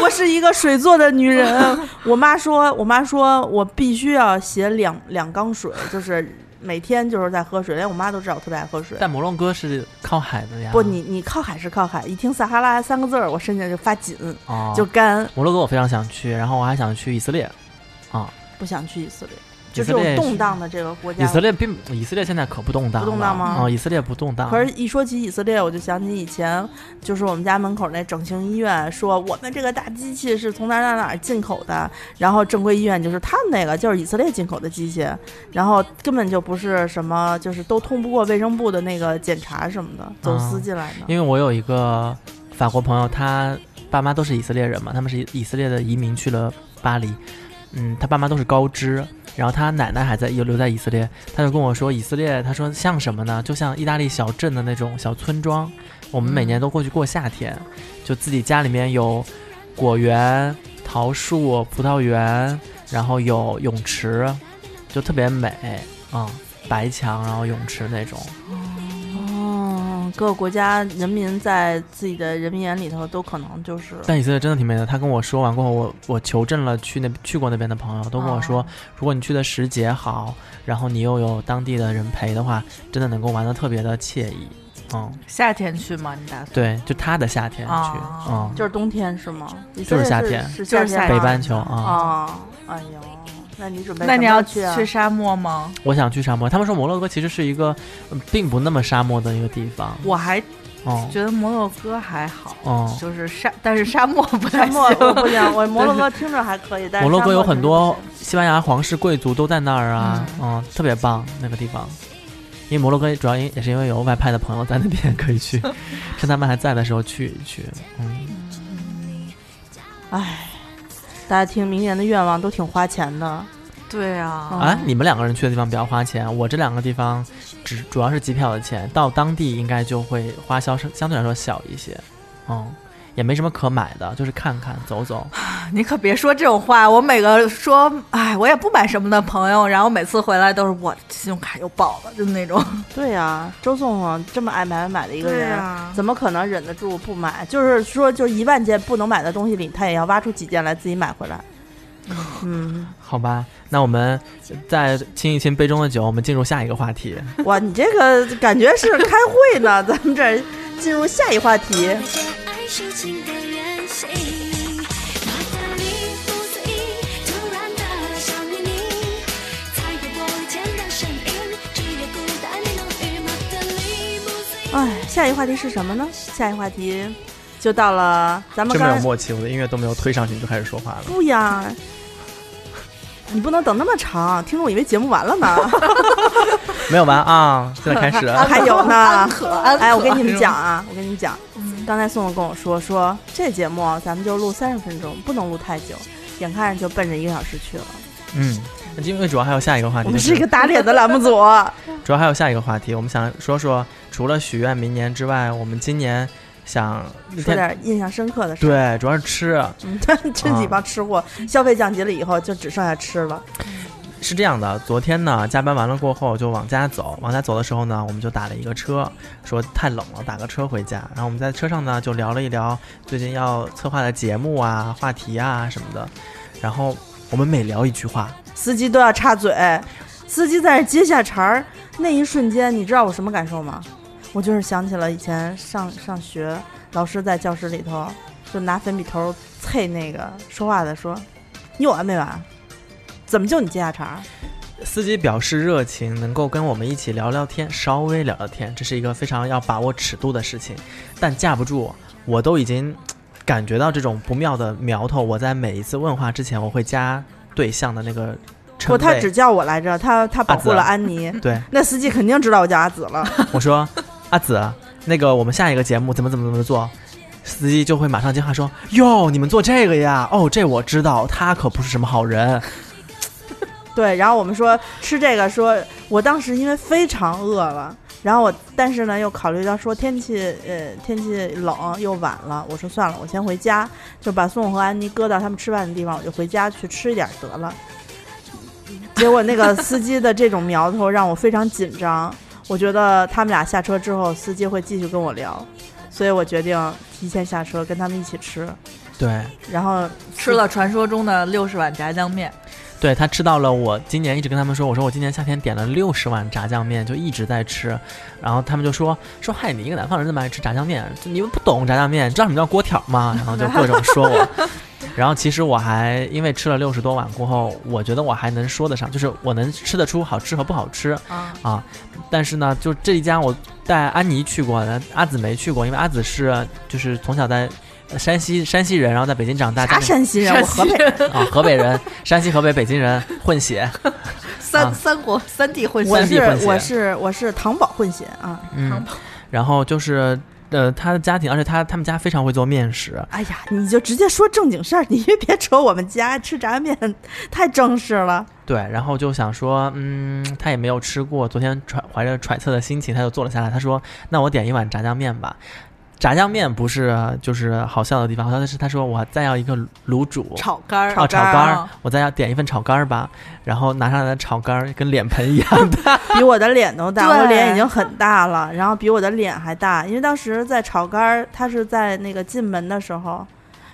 Speaker 2: 我是一个水做的女人。我妈说，我妈说我必须要写两两缸水，就是每天就是在喝水，连我妈都知道我特别爱喝水。
Speaker 4: 但摩洛哥是靠海的呀。
Speaker 2: 不，你你靠海是靠海，一听撒哈拉三个字儿，我身上就发紧，
Speaker 4: 哦，
Speaker 2: 就干，
Speaker 4: 摩洛哥我非常想去，然后我还想去以色列。
Speaker 2: 不想去以色列。
Speaker 4: 以
Speaker 2: 就
Speaker 4: 色
Speaker 2: 这种
Speaker 4: 列
Speaker 2: 动
Speaker 4: 是
Speaker 2: 荡的这个国家，
Speaker 4: 以色列并以色列现在可不动荡了，
Speaker 2: 不动荡吗
Speaker 4: 哦，以色列不动荡。
Speaker 2: 可是，一说起以色列，我就想起以前，就是我们家门口那整形医院，说我们这个大机器是从哪儿哪儿哪儿进口的，然后正规医院就是他们那个就是以色列进口的机器，然后根本就不是什么，就是都通不过卫生部的那个检查什么的，走私进来的。
Speaker 4: 啊因为我有一个法国朋友，他爸妈都是以色列人嘛，他们是以以色列的移民去了巴黎。嗯，他爸妈都是高知，然后他奶奶还在又留在以色列，他就跟我说，以色列，他说像什么呢？就像意大利小镇的那种小村庄，我们每年都过去过夏天，就自己家里面有果园、桃树、葡萄园，然后有泳池，就特别美啊、嗯白墙然后泳池那种。
Speaker 2: 哦，各个国家人民在自己的人民眼里头都可能就是
Speaker 4: 但以色列真的挺美的。他跟我说完过后，我我求证了去那去过那边的朋友，都跟我说，
Speaker 3: 哦
Speaker 4: 如果你去的时节好，然后你又有当地的人陪的话，真的能够玩的特别的惬意。嗯，
Speaker 3: 夏天去吗？你打算？
Speaker 4: 对，就他的夏天去，
Speaker 3: 哦
Speaker 2: 就是冬天是吗？以色
Speaker 4: 就是
Speaker 2: 列
Speaker 4: 夏
Speaker 2: 是
Speaker 4: 天
Speaker 2: 是
Speaker 3: 就
Speaker 2: 夏
Speaker 3: 是夏
Speaker 4: 嗯，
Speaker 2: 天
Speaker 4: 北
Speaker 2: 吗
Speaker 4: 半球啊，
Speaker 2: 哦，哎呦，那你准备
Speaker 3: 那
Speaker 2: 什么
Speaker 3: 你
Speaker 2: 时候
Speaker 3: 要
Speaker 2: 去啊？
Speaker 3: 去沙漠吗？
Speaker 4: 我想去沙漠。他们说摩洛哥其实是一个、嗯并不那么沙漠的一个地方。
Speaker 3: 我还
Speaker 4: 哦、
Speaker 3: 觉得摩洛哥还好，
Speaker 4: 哦，
Speaker 3: 就是沙，但是沙漠不
Speaker 2: 沙
Speaker 3: 太
Speaker 2: 漠我
Speaker 3: <laughs>
Speaker 2: 不
Speaker 3: 行。
Speaker 2: 行，
Speaker 4: <laughs>
Speaker 2: 我摩洛哥听着还可以，但是
Speaker 4: 摩洛哥有
Speaker 2: 沙漠
Speaker 4: 很多西班牙皇室贵族都在那儿啊，
Speaker 3: 嗯
Speaker 4: 嗯，特别棒那个地方。因为摩洛哥主要因也是因为有外派的朋友在那边可
Speaker 2: <laughs>
Speaker 4: 以去，趁他们还在的时候去一去。嗯，
Speaker 2: 真的是，唉，大家听明年的愿望都挺花钱的，
Speaker 3: 对啊，
Speaker 4: 啊
Speaker 2: 嗯，
Speaker 4: 你们两个人去的地方比较花钱，我这两个地方只主要是机票的钱，到当地应该就会花销是相对来说小一些。嗯，也没什么可买的，就是看看
Speaker 2: <laughs>
Speaker 4: 走走。
Speaker 3: 你可别说这种话。我每个说，哎，我也不买什么的朋友，然后每次回来都是我的信用卡又爆了，就那种。
Speaker 2: 对呀、周颂啊这么爱买买买的一个人。
Speaker 3: 啊
Speaker 2: 怎么可能忍得住不买？就是说，就一万件不能买的东西里，他也要挖出几件来自己买回来。嗯，
Speaker 4: 好吧，那我们再清一清杯中的酒，我们进入下一个话题。
Speaker 2: 哇，你这个感觉是开会呢， <laughs> 咱们这儿进入下一话题。
Speaker 6: 再见爱是情的原型。马德里不思议，突然的想念你，踩过玻璃前的声音，只有孤单你能与马德里不思议。
Speaker 2: 哎，下一话题是什么呢？下一话题就到了咱们
Speaker 4: 真没
Speaker 2: 刚
Speaker 4: 有默契，我的音乐都没有推上去你就开始说话了。
Speaker 2: 不呀， <laughs> 你不能等那么长，听众以为节目完了呢，
Speaker 4: 没有完啊，现在开
Speaker 2: <laughs>
Speaker 4: 始。
Speaker 2: 还有呢。
Speaker 3: 安可嗯
Speaker 2: 哎，我跟你们讲啊，我跟你们讲，刚才宋总跟我说说这节目啊咱们就录三十分钟，不能录太久，眼看着就奔着一个小时去了。
Speaker 4: 嗯，那因为主要还有下一个话
Speaker 2: 我
Speaker 4: 题，
Speaker 2: 们
Speaker 4: 啊就是
Speaker 2: 是一个打脸的栏目
Speaker 4: <laughs>
Speaker 2: 组，
Speaker 4: 主要还有下一个话题，我们想说说除了许愿明年之外，我们今年想那
Speaker 2: 说
Speaker 4: 天
Speaker 2: 点印象深刻的事。
Speaker 4: 对，啊主要是吃。
Speaker 2: 嗯，这几帮吃货，消费降级了以后就只剩下吃了。
Speaker 4: 是这样的，昨天呢，加班完了过后就往家走，往家走的时候呢，我们就打了一个车，说太冷了，打个车回家。然后我们在车上呢就聊了一聊最近要策划的节目啊、话题啊什么的。然后我们每聊一句话，
Speaker 2: 司机都要插嘴，司机在这接下茬儿那一瞬间，你知道我什么感受吗？我就是想起了以前上上学，老师在教室里头就拿粉笔头啐那个说话的说：“你有完没完？怎么就你接下茬儿
Speaker 4: 司机表示热情，能够跟我们一起聊聊天，稍微聊聊天，这是一个非常要把握尺度的事情。但架不住，我都已经感觉到这种不妙的苗头。我在每一次问话之前，我会加对象的那个？”称
Speaker 2: 不，他
Speaker 4: 谓。
Speaker 2: 只叫我来着，他他保护了安妮。
Speaker 4: 对啊
Speaker 2: 那司机肯定知道我叫阿紫了。
Speaker 4: 我说：“阿紫，那个我们下一个节目怎么怎么怎么做？司机就会马上接话说：“哟，你们做这个呀？哦，这我知道，他可不是什么好人。
Speaker 2: 对，然后我们说吃这个说，我当时因为非常饿了，然后我但是呢又考虑到说天气呃天气冷又晚了，我说算了，我先回家，就把宋和安妮搁到他们吃饭的地方，我就回家去吃一点得了。结果那个司机的这种苗头让我非常紧张，我觉得他们俩下车之后，司机会继续跟我聊，所以我决定提前下车跟他们一起吃，”
Speaker 4: 对，
Speaker 2: 然后
Speaker 3: 吃了传说中的六十碗炸酱面，
Speaker 4: 对他吃到了我今年一直跟他们说，我说我今年夏天点了六十碗炸酱面，就一直在吃，然后他们就说说嗨，你一个南方人怎么爱吃炸酱面？就你们不懂炸酱面，知道什么叫锅条吗？然后就各种
Speaker 2: <laughs>
Speaker 4: 说我。然后其实我还因为吃了六十多碗过后，我觉得我还能说得上，就是我能吃得出好吃和不好吃。
Speaker 3: 啊，
Speaker 4: 啊，但是呢，就这一家我带安妮去过，但阿紫没去过，因为阿紫是就是从小在呃山西山西人，然后在北京长大，
Speaker 2: 啥
Speaker 4: 家里
Speaker 2: 山西人，我河北人，
Speaker 3: 北
Speaker 4: 啊河北人，山西河北北京人混血，
Speaker 3: 三 <laughs>
Speaker 4: 啊
Speaker 3: 三国三地混
Speaker 2: 我
Speaker 4: 三地
Speaker 2: 是
Speaker 4: 混血
Speaker 2: 我是我是糖宝混血啊，
Speaker 4: 嗯
Speaker 3: 汤，
Speaker 4: 然后就是呃他的家庭，而且他他们家非常会做面食，
Speaker 2: 哎呀，你就直接说正经事儿，你别扯我们家吃炸酱面太正式了。
Speaker 4: 对，然后就想说，嗯，他也没有吃过，昨天揣怀着揣测的心情，他就坐了下来。他说：“那我点一碗炸酱面吧。”炸酱面不是就是好笑的地方，好笑的是他说我再要一个卤煮，
Speaker 3: 炒肝儿，啊
Speaker 4: 哦，炒肝
Speaker 3: 儿
Speaker 4: 儿，我再要点一份炒肝儿吧。然后拿上来的炒肝儿跟脸盆一样的，
Speaker 2: 比我的脸都大，
Speaker 3: 对
Speaker 2: 我脸已经很大了，然后比我的脸还大，因为当时在炒肝儿，他是在那个进门的时候，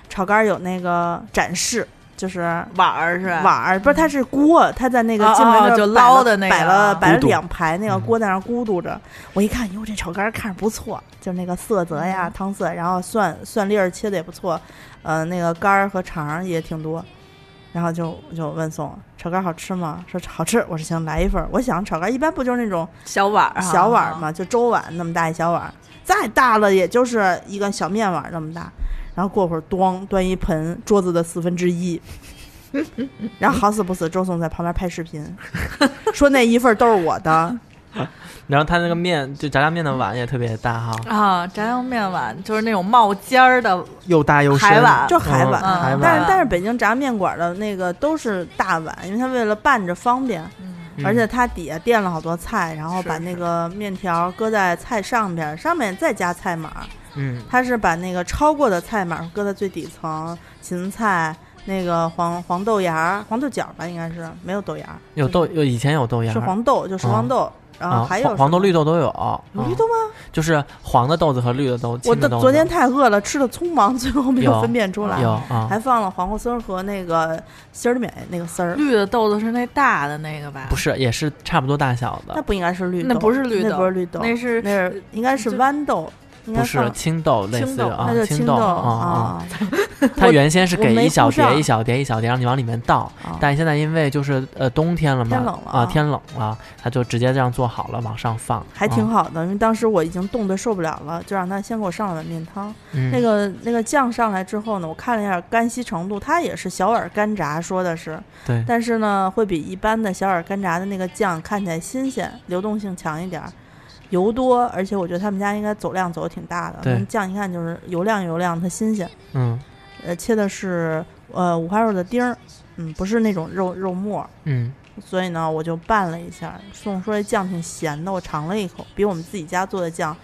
Speaker 2: 炒肝儿有那个展示，就是
Speaker 3: 碗儿是吧？
Speaker 2: 碗儿，不是它是锅，它在那个
Speaker 3: 哦
Speaker 2: 进门
Speaker 3: 哦
Speaker 2: 那儿
Speaker 3: 就
Speaker 2: 摆了
Speaker 3: 捞的那个
Speaker 2: 摆了摆了
Speaker 4: 咕嘟
Speaker 2: 两排那个
Speaker 4: 嗯
Speaker 2: 锅在那儿咕嘟着，我一看，哟，这炒肝儿看着不错，就那个色泽呀、
Speaker 3: 嗯
Speaker 2: 汤色，然后蒜蒜粒儿切的也不错，呃，那个肝儿和肠儿也挺多。然后就我就问宋炒肝儿好吃吗？说好吃，我说行，来一份儿。我想炒肝儿一般不就是那种
Speaker 3: 小碗儿，啊
Speaker 2: 小碗儿，嘛，就粥碗那么大一小碗儿，再大了也就是一个小面碗儿那么大。然后过会儿咣端一盆桌子的四分之一，然后好死不死周总在旁边拍视
Speaker 3: <laughs>
Speaker 2: 频，说那一份儿都是我
Speaker 3: 啊
Speaker 2: 的，
Speaker 4: <laughs> 然后他那个面就炸酱面的碗也特别大哈，
Speaker 3: 啊，炸酱面碗就是那种冒尖儿的，
Speaker 4: 又大又深，
Speaker 3: 海碗
Speaker 2: 就海碗。
Speaker 3: 嗯海碗
Speaker 2: 但是但是北京炸面馆的那个都是大碗，因为它为了拌着方便，
Speaker 4: 嗯
Speaker 2: 而且它底下垫了好多菜，然后
Speaker 3: 嗯是
Speaker 2: 把
Speaker 3: 是
Speaker 2: 那个面条搁在菜上边儿，上面再加菜码儿。
Speaker 4: 嗯，
Speaker 2: 他是把那个超过的菜码搁在最底层，芹菜、那个黄黄豆芽儿、黄豆角吧，应该是没有豆芽儿，
Speaker 4: 有豆有以前有豆芽
Speaker 2: 是
Speaker 4: 儿，
Speaker 2: 黄豆，就石黄豆，然后
Speaker 4: 啊，
Speaker 2: 还有
Speaker 4: 黄黄豆、
Speaker 2: 什么
Speaker 4: 绿豆都有，
Speaker 2: 有
Speaker 4: 嗯
Speaker 2: 绿豆吗？
Speaker 4: 就是黄的豆子和绿的豆，
Speaker 2: 我
Speaker 4: 青的
Speaker 2: 的
Speaker 4: 豆子嗯
Speaker 2: 昨天太饿了，吃的匆忙，最后没
Speaker 4: 有
Speaker 2: 有分辨出来，
Speaker 4: 有啊，
Speaker 2: 还放了黄瓜丝儿和那个心儿里面那个丝儿，
Speaker 3: 绿的豆子是那大的那个吧？
Speaker 4: 不是也是差不多大小
Speaker 2: 那
Speaker 4: 的，
Speaker 2: 不应该是绿豆，
Speaker 3: 那不是绿
Speaker 2: 那
Speaker 3: 豆
Speaker 2: 不是绿豆，
Speaker 3: 那是
Speaker 2: 那是应该是
Speaker 3: 就
Speaker 2: 豌豆，应该
Speaker 4: 不是
Speaker 2: 放
Speaker 4: 青豆类似
Speaker 3: 青
Speaker 4: 于
Speaker 3: 豆
Speaker 4: 啊
Speaker 2: 那就
Speaker 4: 青
Speaker 2: 豆
Speaker 4: 啊啊，
Speaker 2: 啊，
Speaker 4: 它原先是
Speaker 2: 我
Speaker 4: 给
Speaker 2: 没
Speaker 4: 一小
Speaker 2: 顾
Speaker 4: 碟
Speaker 2: 上
Speaker 4: 一小碟一小碟，让你往里面倒，
Speaker 2: 啊
Speaker 4: 但现在因为就是呃冬天了嘛，
Speaker 2: 天冷了
Speaker 4: 啊
Speaker 2: 啊
Speaker 4: 天冷了，它就直接这样做好了往上放，
Speaker 2: 还挺
Speaker 4: 啊
Speaker 2: 好的，因为当时我已经冻得受不了了，就让他先给我上了碗面汤。
Speaker 4: 嗯
Speaker 2: 那个那个酱上来之后呢，我看了一下干稀程度，它也是小碗干炸，说的是，
Speaker 4: 对
Speaker 2: 但是呢，会比一般的小碗干炸的那个酱看起来新鲜，流动性强一点儿，油多，而且我觉得他们家应该走量走的挺大的，
Speaker 4: 对
Speaker 2: 那酱一看就是油亮油亮，它新鲜。
Speaker 4: 嗯
Speaker 2: 呃，切的是呃五花肉的丁儿，嗯，不是那种肉肉末儿，
Speaker 4: 嗯
Speaker 2: 所以呢，我就拌了一下。宋说这酱挺咸的，我尝了一口，比我们自己家做的酱，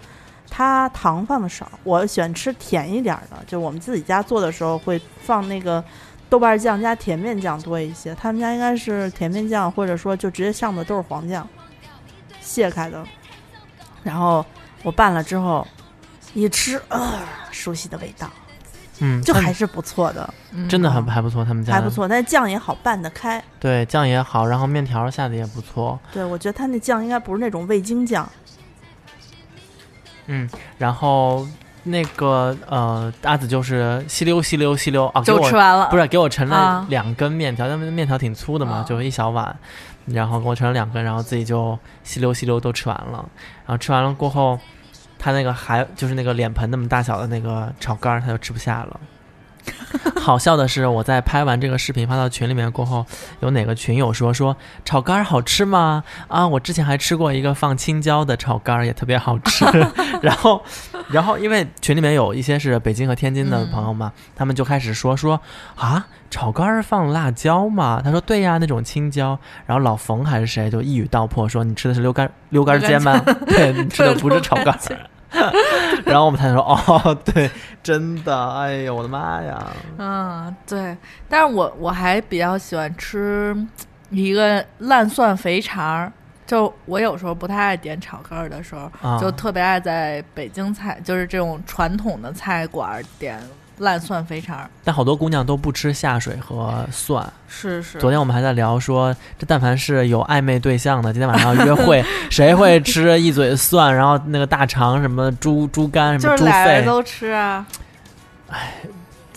Speaker 2: 它糖放的少。我喜欢吃甜一点儿的，就我们自己家做的时候会放那个豆瓣酱加甜面酱多一些。他们家应该是甜面酱，或者说就直接上的都是黄酱，卸开的。然后我拌了之后，一吃，呃，熟悉的味道，
Speaker 4: 嗯，
Speaker 2: 就
Speaker 4: 它
Speaker 2: 还是不错的，
Speaker 3: 嗯
Speaker 4: 真的很还不错，他们家
Speaker 2: 还不，错。但是酱也好拌得开。
Speaker 4: 对酱也好，然后面条下的也不错，
Speaker 2: 对，我觉得他那酱应该不是那种味精酱。
Speaker 4: 嗯，然后那个呃阿紫就是吸溜吸溜吸溜啊，给
Speaker 3: 就
Speaker 4: 我
Speaker 3: 吃完了，
Speaker 4: 不是给我盛了
Speaker 3: 啊
Speaker 4: 两根面条，他们面条挺粗的嘛，
Speaker 3: 啊
Speaker 4: 就是一小碗，然后给我盛了两根，然后自己就吸溜吸溜都吃完了。然后吃完了过后，他那个还就是那个脸盆那么大小的那个炒肝儿，他就吃不下
Speaker 3: <laughs>
Speaker 4: 了。好笑的是，我在拍完这个视频发到群里面过后，有哪个群友说说炒肝儿好
Speaker 3: <laughs>
Speaker 4: 吃吗？啊，我之前还吃过一个放青椒的炒肝儿，也特别好吃。然后然后因为群里面有一些是北京和天津的
Speaker 3: 嗯
Speaker 4: 朋友嘛，他们就开始说说啊，炒肝儿放辣椒嘛？他说对呀，那种青椒。然后老冯还是谁就一语道破说你吃的是溜肝溜肝尖吗？ <laughs> 对，你吃的不是炒肝
Speaker 3: <laughs>
Speaker 4: 儿。 <laughs> 然后我们才说哦，对，真的，哎呦我的妈呀！
Speaker 3: 嗯，对，但是我我还比较喜欢吃一个烂蒜肥肠儿。就我有时候不太爱点炒肝儿的时候，
Speaker 4: 啊
Speaker 3: 就特别爱在北京菜，就是这种传统的菜馆儿点烂蒜肥肠儿。
Speaker 4: 但好多姑娘都不吃下水和蒜。
Speaker 3: 是是，
Speaker 4: 昨天我们还在聊说，这但凡是有暧昧对象的，今天晚上要约
Speaker 3: <laughs>
Speaker 4: 会，谁会吃一嘴蒜，然后那个大肠什么猪猪肝什
Speaker 3: 就
Speaker 4: 么
Speaker 3: 是
Speaker 4: 猪
Speaker 3: 俩人
Speaker 4: 肺，哎
Speaker 3: 都吃啊。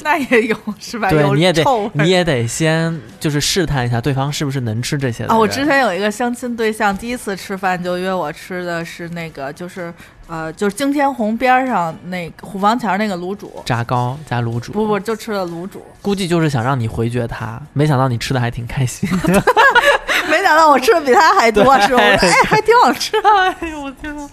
Speaker 3: 那也有是吧？
Speaker 4: 对
Speaker 3: 有，
Speaker 4: 你也得
Speaker 3: 臭味儿
Speaker 4: 你也得先就是试探一下对方是不是能吃这些的
Speaker 3: 啊，我
Speaker 4: 人
Speaker 3: 之前有一个相亲对象，第一次吃饭就约我吃的是那个，就是呃，就是惊天红边儿上那个虎坊桥那个卤煮，
Speaker 4: 炸糕加卤煮，
Speaker 3: 不不，就吃了卤煮。
Speaker 4: 估计就是想让你回绝他，没想到你吃的还挺开心。
Speaker 3: <laughs> 啊没想到我吃的比他还多，是吧？我说
Speaker 4: <laughs> 对
Speaker 3: 哎，还挺好吃啊！哎呦，我天呐。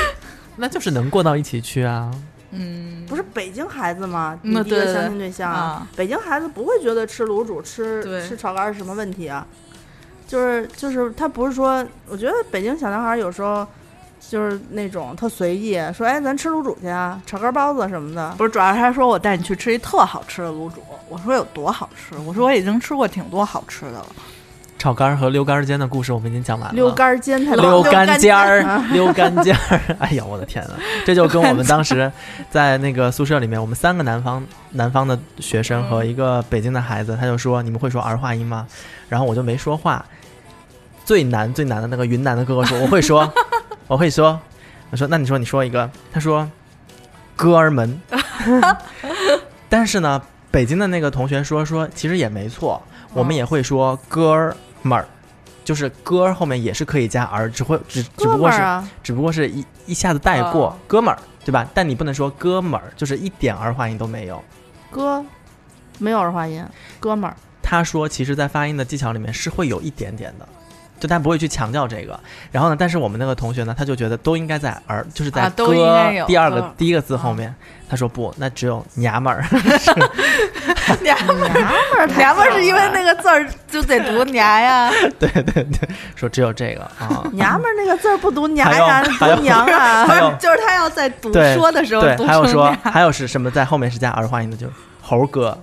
Speaker 4: <laughs> 那就是能过到一起去啊，
Speaker 3: 嗯，
Speaker 2: 不是北京孩子吗？
Speaker 3: 嗯
Speaker 2: 你第一
Speaker 3: 对
Speaker 2: 个
Speaker 3: 对对
Speaker 2: 相亲对象，
Speaker 3: 啊
Speaker 2: 北京孩子不会觉得吃卤煮、吃
Speaker 3: 对
Speaker 2: 吃炒肝儿是什么问题啊？就是就是，他不是说，我觉得北京小男孩儿有时候就是那种特随意，说哎，咱吃卤煮去啊，炒肝儿包子什么的。
Speaker 3: 不是，主要是他说我带你去吃一特好吃的卤煮，我说有多好吃？我说我已经吃过挺多好吃的了。 <laughs>
Speaker 4: 炒肝儿和溜肝儿间的故事我们已经讲完了。
Speaker 2: 溜肝儿煎太棒
Speaker 4: 溜
Speaker 2: 了
Speaker 4: 干尖儿
Speaker 2: 啊，
Speaker 4: <laughs> 溜干尖儿，哎呀，我的天呐，这就跟我们当时在那个宿舍里面，我们三个南方南方的学生和一个北京的孩子，他就说你们会说儿化音吗？然后我就没说话。最难最难的那个云南的哥哥说我会说，我会说，我说那你说你说一个，他说哥
Speaker 3: <laughs>
Speaker 4: 儿们，但是呢，北京的那个同学说说其实也没错，
Speaker 3: 嗯
Speaker 4: 我们也会说哥儿们儿。就是哥儿后面也是可以加儿，只会只只
Speaker 2: 哥
Speaker 4: 不
Speaker 2: 们
Speaker 4: 过是
Speaker 2: 儿啊，
Speaker 4: 只不过是一一下子带过、
Speaker 3: 啊
Speaker 4: 哥们儿，对吧？但你不能说哥们儿，就是一点儿化音都没有。
Speaker 2: 哥，没有儿化音，哥
Speaker 3: <laughs>
Speaker 2: 们儿。
Speaker 4: 他说，其实，在发音的技巧里面是会有一点点的，就他不会去强调这个。然后呢，但是我们那个同学呢，他就觉得都应该在儿，就是在
Speaker 3: 啊
Speaker 4: 哥、
Speaker 3: 都应该有嗯
Speaker 4: 第二个
Speaker 3: 哥
Speaker 4: 第一个字后面。他说不，那只有娘们儿。
Speaker 3: 娘
Speaker 2: 嗯
Speaker 3: <laughs> 们儿，娘们儿是因为那个字儿就得读娘呀。
Speaker 4: <laughs> 对对对，说只有这个啊。
Speaker 2: 娘们儿那个字儿不读娘
Speaker 4: 还有
Speaker 2: 呀，
Speaker 4: 还有
Speaker 2: 读娘啊
Speaker 4: 还。有
Speaker 3: 就是他要在 <laughs> 读
Speaker 4: 对
Speaker 3: 说的时候
Speaker 4: 对，
Speaker 3: 读
Speaker 4: 还有
Speaker 3: 成
Speaker 4: 说
Speaker 3: 娘
Speaker 4: 还有是什么在后面是加儿化音的，就是猴哥，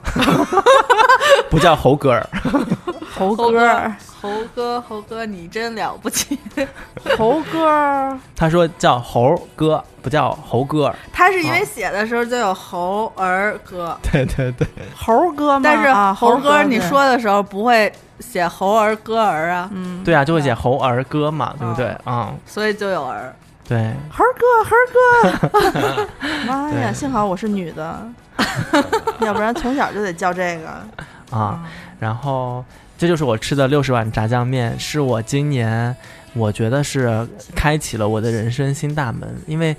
Speaker 4: <laughs> 不叫猴哥儿。
Speaker 2: 猴
Speaker 3: <laughs> 猴
Speaker 2: 哥
Speaker 3: 哥
Speaker 2: 儿，，
Speaker 3: 猴哥，猴哥，你真了不起！
Speaker 2: 猴哥儿，
Speaker 4: 他说叫猴哥，不叫猴哥。
Speaker 3: <laughs> 他是因为写的时候就有猴儿哥，
Speaker 4: <laughs> 对对对，
Speaker 3: 嗯
Speaker 2: 猴哥嘛。
Speaker 3: 但是
Speaker 2: 啊
Speaker 3: 猴哥儿
Speaker 2: 对
Speaker 3: 你说的时候不会写猴儿歌儿啊，
Speaker 2: 嗯，
Speaker 4: 对啊，就会写猴儿哥嘛，对不对？嗯，
Speaker 3: 所以就有儿。
Speaker 4: 对，
Speaker 2: 猴儿哥，猴儿
Speaker 3: <laughs>
Speaker 2: 哥，妈呀！
Speaker 4: 对
Speaker 2: 幸好我是女的，要不然从小就得叫这个。
Speaker 4: 啊，然后这就是我吃的六十碗炸酱面，是我今年我觉得是开启了我的人生新大门，因为。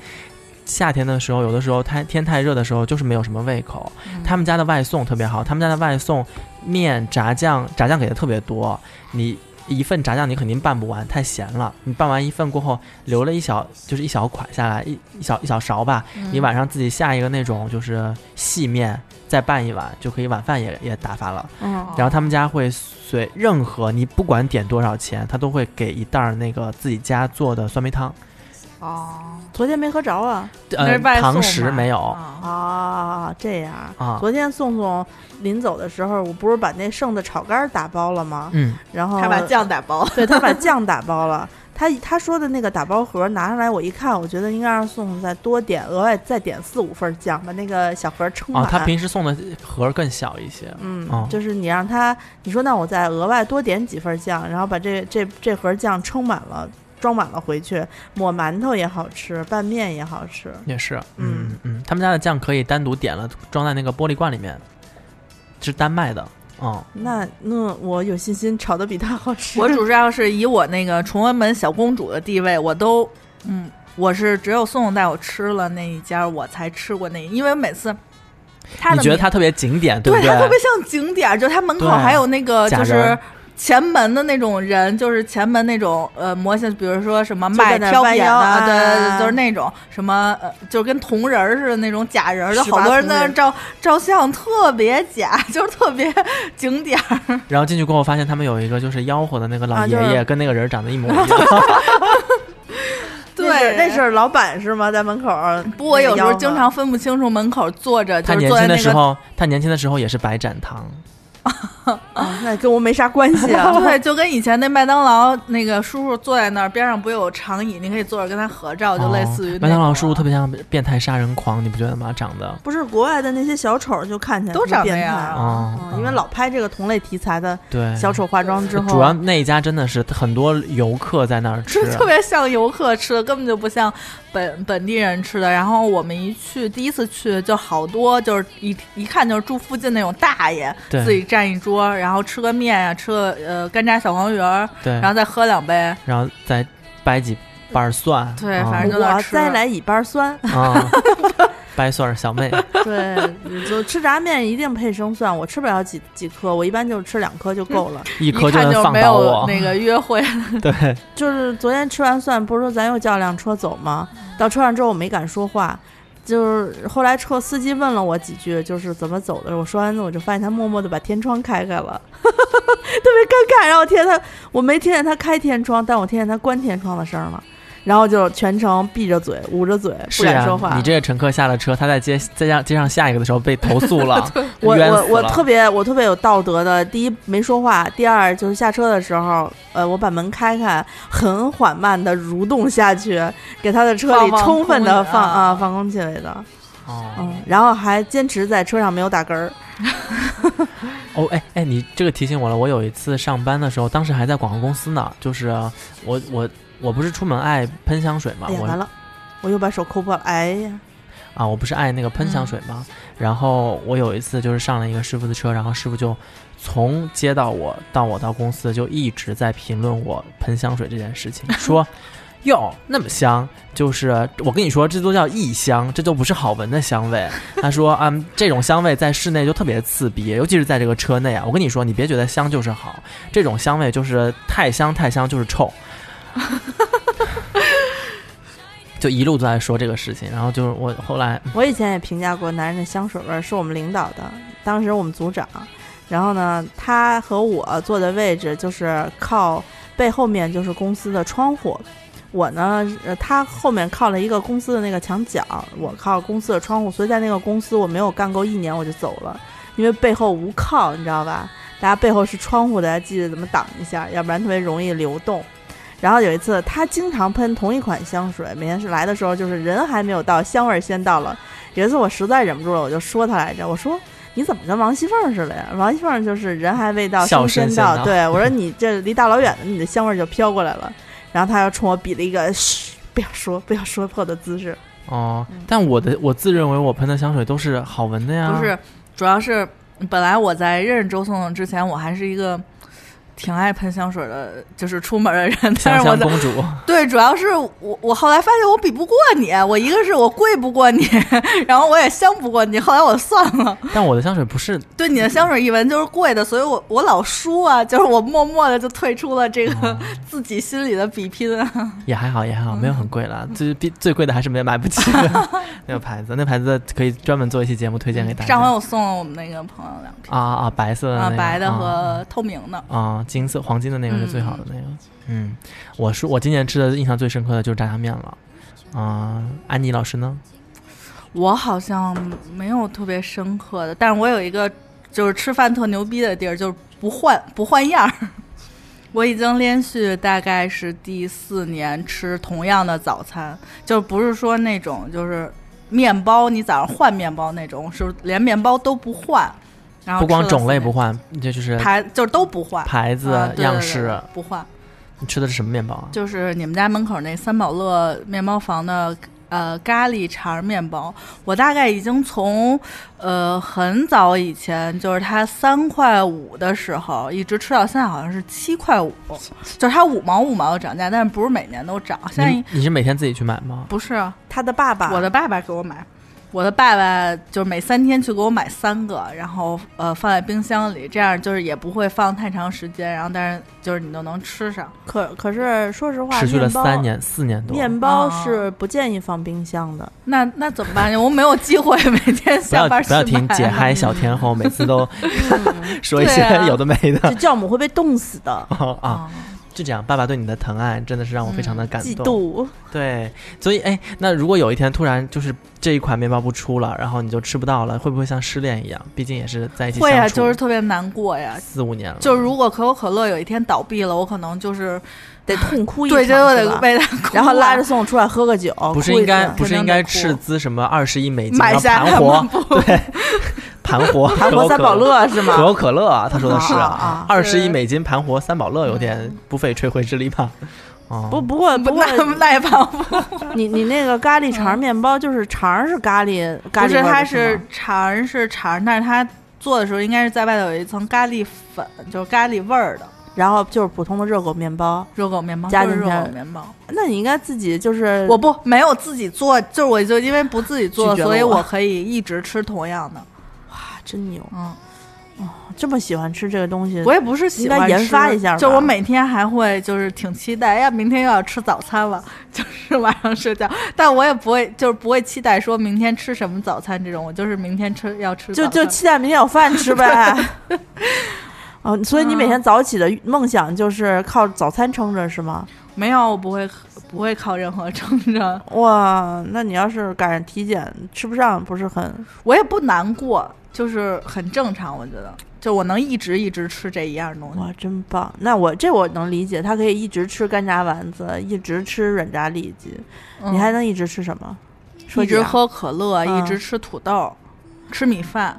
Speaker 4: 夏天的时候，有的时候太天太热的时候，就是没有什么胃口。他们家的外送特别好，他们家的外送面、炸酱、炸酱给的特别多。你一份炸酱你肯定拌不完，太咸了。你拌完一份过后，留了一小就是一小块下来，一一小一小勺吧，
Speaker 3: 嗯
Speaker 4: 你晚上自己下一个那种就是细面，再拌一碗，就可以晚饭也也打发了。
Speaker 3: 哦
Speaker 2: 嗯，
Speaker 4: 然后他们家会随任何你不管点多少钱，他都会给一袋儿那个自己家做的酸梅汤，
Speaker 3: 哦，
Speaker 2: 昨天没喝着啊。
Speaker 3: 那
Speaker 4: 呃
Speaker 3: 是，外送
Speaker 4: 堂食
Speaker 3: 吧
Speaker 4: 没有。
Speaker 3: 啊
Speaker 2: 啊，这样
Speaker 4: 啊
Speaker 2: 昨天宋宋临走的时候，我不是把那剩的炒肝儿打包了吗？
Speaker 4: 嗯，
Speaker 2: 然后
Speaker 3: 他把酱打包。
Speaker 2: <laughs> 对他把酱打包了。他他说的那个打包盒拿上来，我一看，我觉得应该让宋宋再多点，额外再点四五份酱，把那个小盒撑满。
Speaker 4: 哦，他平时送的盒儿更小一些。
Speaker 2: 嗯，
Speaker 4: 哦
Speaker 2: 就是你让他，你说那我再额外多点几份酱，然后把这这这盒酱撑满了，装满了回去，抹馒头也好吃，拌面也好吃。
Speaker 4: 也是，
Speaker 2: 嗯
Speaker 4: 嗯嗯，他们家的酱可以单独点了，装在那个玻璃罐里面，是单卖的。嗯，
Speaker 2: 那那我有信心炒的比他好 <laughs> 吃。
Speaker 3: 我主要是以我那个崇文门小公主的地位，我都嗯，我是只有宋宋带我吃了那一家，我才吃过那一，因为每次他的
Speaker 4: 你觉得
Speaker 3: 名
Speaker 4: 它特别景点，
Speaker 3: 对
Speaker 4: 不对？
Speaker 3: 它特别像景点儿，就它门口
Speaker 4: 对
Speaker 3: 还有那个
Speaker 4: 假
Speaker 3: 就
Speaker 4: 人
Speaker 3: 是
Speaker 4: 儿。
Speaker 3: 前门的那种人，就是前门那种呃魔性，比如说什么卖
Speaker 2: 就在那
Speaker 3: 挑
Speaker 2: 弯
Speaker 3: 扁
Speaker 2: 腰
Speaker 3: 的，对对
Speaker 2: 啊
Speaker 3: 对，就是那种什么呃，就是跟铜人儿似的那种假人儿，就
Speaker 2: 十八
Speaker 3: 好多人
Speaker 2: 铜
Speaker 3: 在那
Speaker 2: 人
Speaker 3: 照照相，特别假， <laughs> 就是特别景点儿。
Speaker 4: <laughs> 然后进去过后，发现他们有一个就是吆喝的那个老
Speaker 2: 啊
Speaker 4: 爷
Speaker 2: 就是
Speaker 4: 爷，跟那个人长得
Speaker 3: <laughs>
Speaker 4: 一模一样。
Speaker 3: 对
Speaker 2: 那是那是老板是吗？在门口儿，
Speaker 3: 不，我有时候
Speaker 2: 那个吆喝
Speaker 3: 经常分不清楚门口坐着，
Speaker 4: 他
Speaker 3: 就是
Speaker 4: 年
Speaker 3: 坐在
Speaker 4: 轻的
Speaker 3: 那
Speaker 4: 时
Speaker 3: 个
Speaker 4: 候，他年轻的时候也是白展堂，
Speaker 2: 啊那跟我没啥关系 <laughs> 啊。
Speaker 3: <laughs> 对，就跟以前那麦当劳那个叔叔坐在那儿，边上不有长椅，你可以坐着跟他合照，就类似于、啊
Speaker 4: 哦麦当劳叔
Speaker 3: <laughs>
Speaker 4: 叔特别像变态杀人狂，你不觉得吗？长得
Speaker 2: 不是国外的那些小丑就看起来
Speaker 3: 都
Speaker 2: 特
Speaker 3: 长
Speaker 2: 别
Speaker 3: 那
Speaker 2: 变
Speaker 3: 样
Speaker 2: 态
Speaker 3: 啊。
Speaker 4: 哦
Speaker 2: 嗯，因为老拍这个同类题材的
Speaker 4: 对
Speaker 2: 小丑化妆之后，
Speaker 4: 主要那一家真的是很多游客在那儿吃啊
Speaker 3: 吃， <laughs> 特别像游客吃的，根本就不像本本地人吃的。然后我们一去，第一次去就好多，就是一一看就是住附近那种大爷，
Speaker 4: 对
Speaker 3: 自己占一桌，然后吃个面呀、吃个呃干炸小黄鱼儿，
Speaker 4: 对，
Speaker 3: 然后再喝两杯。
Speaker 4: 然后再掰几瓣儿蒜，
Speaker 3: 对
Speaker 4: 啊
Speaker 3: 反正就在那
Speaker 2: 我
Speaker 3: 吃
Speaker 2: 再来一瓣酸，
Speaker 4: 啊，掰蒜儿小
Speaker 3: <laughs>
Speaker 4: 妹，
Speaker 2: <laughs> 对，你就吃炸面一定配生蒜，我吃不了几几颗，我一般就吃两颗就够
Speaker 4: <laughs>
Speaker 2: 了。
Speaker 4: 一
Speaker 3: 一
Speaker 4: 颗
Speaker 3: 看
Speaker 4: 能
Speaker 3: 就
Speaker 4: 放
Speaker 3: 没
Speaker 4: 倒
Speaker 3: 有
Speaker 4: 我，
Speaker 3: 那个约会， <laughs>
Speaker 4: 对，
Speaker 2: 就是昨天吃完蒜，不是说咱又叫辆车走吗？到车上之后我没敢说话，就是后来车司机问了我几句，就是怎么走的。我说完之后，我就发现他默默的把天窗开开了， <laughs> 特别尴尬。然后我听见他，我没听见他开天窗，但我听见他关天窗的声了。然后就全程闭着嘴，捂着嘴，不
Speaker 4: 是
Speaker 2: 敢
Speaker 4: 啊
Speaker 2: 说话。
Speaker 4: 你这个乘客下了车，他在街在家街上下一个的时候被投诉
Speaker 3: <laughs>
Speaker 4: 了，
Speaker 2: 我
Speaker 4: 冤
Speaker 2: 我
Speaker 4: 死
Speaker 2: 我
Speaker 4: 了
Speaker 2: 特别我特别有道德的，第一没说话，第二就是下车的时候，呃，我把门开开，很缓慢的蠕动下去，给他的车里
Speaker 3: 放放
Speaker 2: 充分的
Speaker 3: 空
Speaker 2: 放
Speaker 3: 啊
Speaker 2: 啊放空气来的，
Speaker 4: 哦
Speaker 2: 嗯，然后还坚持在车上没有打嗝儿，
Speaker 4: 哦，哎哎，你这个提醒我了，我有一次上班的时候，当时还在广告公司呢，就是呃我我我不是出门爱喷香水嘛，
Speaker 2: 哎呀
Speaker 4: 我
Speaker 2: 完了，我又把手抠破了，哎呀，
Speaker 4: 啊，我不是爱那个喷香水吗？然后我有一次就是上了一个师傅的车，然后师傅就从接到我到我到公司就一直在评论我喷香水这件事情，说哟那么香，就是我跟你说这都叫异香，这都不是好闻的香味。他说嗯，这种香味在室内就特别刺鼻，尤其是在这个车内啊。我跟你说，你别觉得香就是好，这种香味就是太香太香就是臭。就一路都在说这个事情，然后就是我后来
Speaker 2: 我以前也评价过男人的香水味儿，是我们领导的，当时我们组长，然后呢，他和我坐的位置就是靠背后面就是公司的窗户，我呢，呃，他后面靠了一个公司的那个墙角，我靠公司的窗户，所以在那个公司我没有干够一年我就走了，因为背后无靠，你知道吧？大家背后是窗户，大家记得怎么挡一下，要不然特别容易流动。然后有一次，他经常喷同一款香水，每天是来的时候就是人还没有到，香味儿先到了。有一次我实在忍不住了，我就说他来着，我说你怎么跟王熙凤似的呀？王熙凤就是人还未到，
Speaker 4: 笑声
Speaker 2: 先
Speaker 4: 先到
Speaker 2: 对我说你这离大老远的，你的香味儿就飘过来了。然后他又冲我比了一个嘘，不要说不要说破的姿势，
Speaker 4: 哦，但我的我自认为我喷的香水都是好闻的呀，
Speaker 3: 嗯不是，主要是本来我在认识周颂颂之前，我还是一个挺爱喷香水的，就是出门的人。但
Speaker 4: 香
Speaker 3: 是我
Speaker 4: 香
Speaker 3: 的 <laughs>
Speaker 4: 公主，
Speaker 3: 对，主要是我我后来发现我比不过你，我一个是我贵不过你， <laughs> 然后我也香不过你。后来我算了，
Speaker 4: 但我的香水不是，
Speaker 3: 对你的香水一闻就是贵的，所以我我老输啊，就是我默默的就退出了这
Speaker 4: 哦
Speaker 3: 个自己心里的比拼啊。
Speaker 4: 也还好也还好，没有很贵啦，最最最贵的还是没买不起
Speaker 3: <laughs>
Speaker 4: 那个牌子，那牌子可以专门做一期节目推荐给大家。
Speaker 3: 嗯上回我送了我们那个朋友两瓶
Speaker 4: 啊啊，白色的那
Speaker 3: 啊，
Speaker 4: 个
Speaker 3: 白的
Speaker 4: 啊
Speaker 3: 和透明的。
Speaker 4: 啊金色黄金的那个是最好的那个，嗯，我说我今年吃的印象最深刻的就是炸酱面了。啊，安妮老师呢？
Speaker 3: 我好像没有特别深刻的，但是我有一个就是吃饭特牛逼的地儿，就是不换不换样儿。 <laughs> 我已经连续大概是第四年吃同样的早餐，就不是说那种就是面包，你早上换面包那种，是连面包都不换，然后
Speaker 4: 不光
Speaker 3: 啊吃了四
Speaker 4: 种类
Speaker 3: 年
Speaker 4: 不，换，这就是
Speaker 3: 牌就是都不换，
Speaker 4: 牌子
Speaker 3: 啊、对对
Speaker 4: 样
Speaker 3: 对
Speaker 4: 式。
Speaker 3: 对不换，
Speaker 4: 你吃的是什么面包啊？
Speaker 3: 就是你们家门口那三宝乐呃面包房的呃咖喱肠面包，我大概已经从呃很早以前，就是它三块五的时候，一直吃到现在好像是七块五，就是它五毛五毛的涨价，但是不是每年都涨，现在
Speaker 4: 你你是每天自己去买吗？
Speaker 3: 不是啊
Speaker 2: 他的爸爸，
Speaker 3: 我的爸爸给我买，我的爸爸就是每三天去给我买三个，然后呃放在冰箱里，这样就是也不会放太长时间，然后但是就是你都能吃上。
Speaker 2: 可可是说实话，
Speaker 4: 持续了
Speaker 2: 面包
Speaker 4: 三。年四年多，
Speaker 2: 面包
Speaker 3: 啊
Speaker 2: 是不建议放冰箱
Speaker 4: <laughs>
Speaker 2: 的，
Speaker 3: 那那怎么办呢？我没有机会每天
Speaker 4: 不
Speaker 3: 下
Speaker 4: 要
Speaker 3: 班嗯
Speaker 4: 不要
Speaker 3: 去买
Speaker 4: 听姐嗨小天后，每次都 <laughs> 说一些
Speaker 3: 对啊
Speaker 4: 有的没
Speaker 2: 这
Speaker 4: 的。
Speaker 2: 酵母会被冻死的
Speaker 4: 啊，
Speaker 2: 哦
Speaker 3: 啊
Speaker 4: 就这样。爸爸对你的疼爱真的是让我
Speaker 3: 嗯
Speaker 4: 非常的 <laughs> 感
Speaker 2: 嫉
Speaker 4: 动。
Speaker 2: 妒，
Speaker 4: 对，所以哎，那如果有一天突然就是这一款面包不出了，然后你就吃不到了，会不会像失恋一样？毕竟也是在一起
Speaker 3: 会啊，
Speaker 4: 相处
Speaker 3: 就是特别难过呀。
Speaker 4: 四五年了，
Speaker 3: 就如果可口可乐有一天倒闭了，我可能就是
Speaker 2: 得痛哭一场
Speaker 3: 对，
Speaker 2: 是
Speaker 3: 就
Speaker 2: 吧，
Speaker 3: 得为他哭啊，
Speaker 2: 然后拉着宋出来喝个酒，
Speaker 4: 不是
Speaker 2: 哭一
Speaker 4: 应该
Speaker 2: 顿
Speaker 4: 不是
Speaker 3: 真的
Speaker 4: 应该
Speaker 3: 哭
Speaker 4: 斥资什么二十亿美金
Speaker 3: 买
Speaker 4: 然后
Speaker 3: 下
Speaker 4: 盘
Speaker 3: 他
Speaker 4: 活
Speaker 3: 们不
Speaker 4: 对 <laughs> 盘活
Speaker 2: 韩国
Speaker 4: 可口
Speaker 2: 三
Speaker 4: 可
Speaker 2: 宝乐是
Speaker 4: 可
Speaker 2: 吗？
Speaker 4: 口可乐啊，他说的是
Speaker 2: 啊啊啊
Speaker 4: 二十
Speaker 3: 是嗯
Speaker 4: 亿美金盘活三宝乐，有点不费吹灰之力吧？哦，
Speaker 2: 不，不过不过
Speaker 3: 那那也仿佛
Speaker 2: 你你那个咖喱肠面包就是肠是咖喱咖喱味
Speaker 3: 不是，
Speaker 2: 儿的
Speaker 3: 它
Speaker 2: 是
Speaker 3: 是
Speaker 2: 吗
Speaker 3: 肠是肠，但是它做的时候应该是在外头有一层咖喱粉，就是咖喱味儿的
Speaker 2: 然后就是普通的热狗面包。
Speaker 3: 热狗面包，
Speaker 2: 加
Speaker 3: 就是
Speaker 2: 进
Speaker 3: 热
Speaker 2: 去
Speaker 3: 狗面包。
Speaker 2: 那你应该自己就是
Speaker 3: 我不没有自己做，就是我就因为不自己做，
Speaker 2: 拒绝了
Speaker 3: 所以
Speaker 2: 我
Speaker 3: 我可以一直吃同样的。
Speaker 2: 啊真牛，
Speaker 3: 嗯，
Speaker 2: 这么喜欢吃这个东西，
Speaker 3: 我也不是喜
Speaker 2: 嗯
Speaker 3: 欢
Speaker 2: 应该研
Speaker 3: 吃
Speaker 2: 发一下吧
Speaker 3: 就我每天还会就是挺期待，哎呀，明天又要吃早餐了， <laughs> 就是晚上睡觉，但我也不会就是不会期待说明天吃什么早餐这种，我就是明天吃要吃
Speaker 2: 就
Speaker 3: 早
Speaker 2: 就
Speaker 3: 餐
Speaker 2: 期待明天有饭吃呗。
Speaker 3: <laughs>
Speaker 2: 哦，所以你每
Speaker 3: 啊
Speaker 2: 天早起的梦想就是靠早餐撑着是吗？
Speaker 3: 没有，我不会不会靠任何成长。
Speaker 2: 哇，那你要是赶上体检吃不上，不是很
Speaker 3: <laughs> 我也不难过，就是很正常，我觉得，就我能一直一直吃这一样东西。
Speaker 2: 哇，真棒！那我这我能理解，他可以一直吃干炸丸子，一直吃软炸里脊，
Speaker 3: 嗯
Speaker 2: 你还能一直吃什么？说
Speaker 3: 一
Speaker 2: 几
Speaker 3: 直
Speaker 2: 样，
Speaker 3: 喝可乐，
Speaker 2: 嗯
Speaker 3: 一直吃土豆，吃米饭。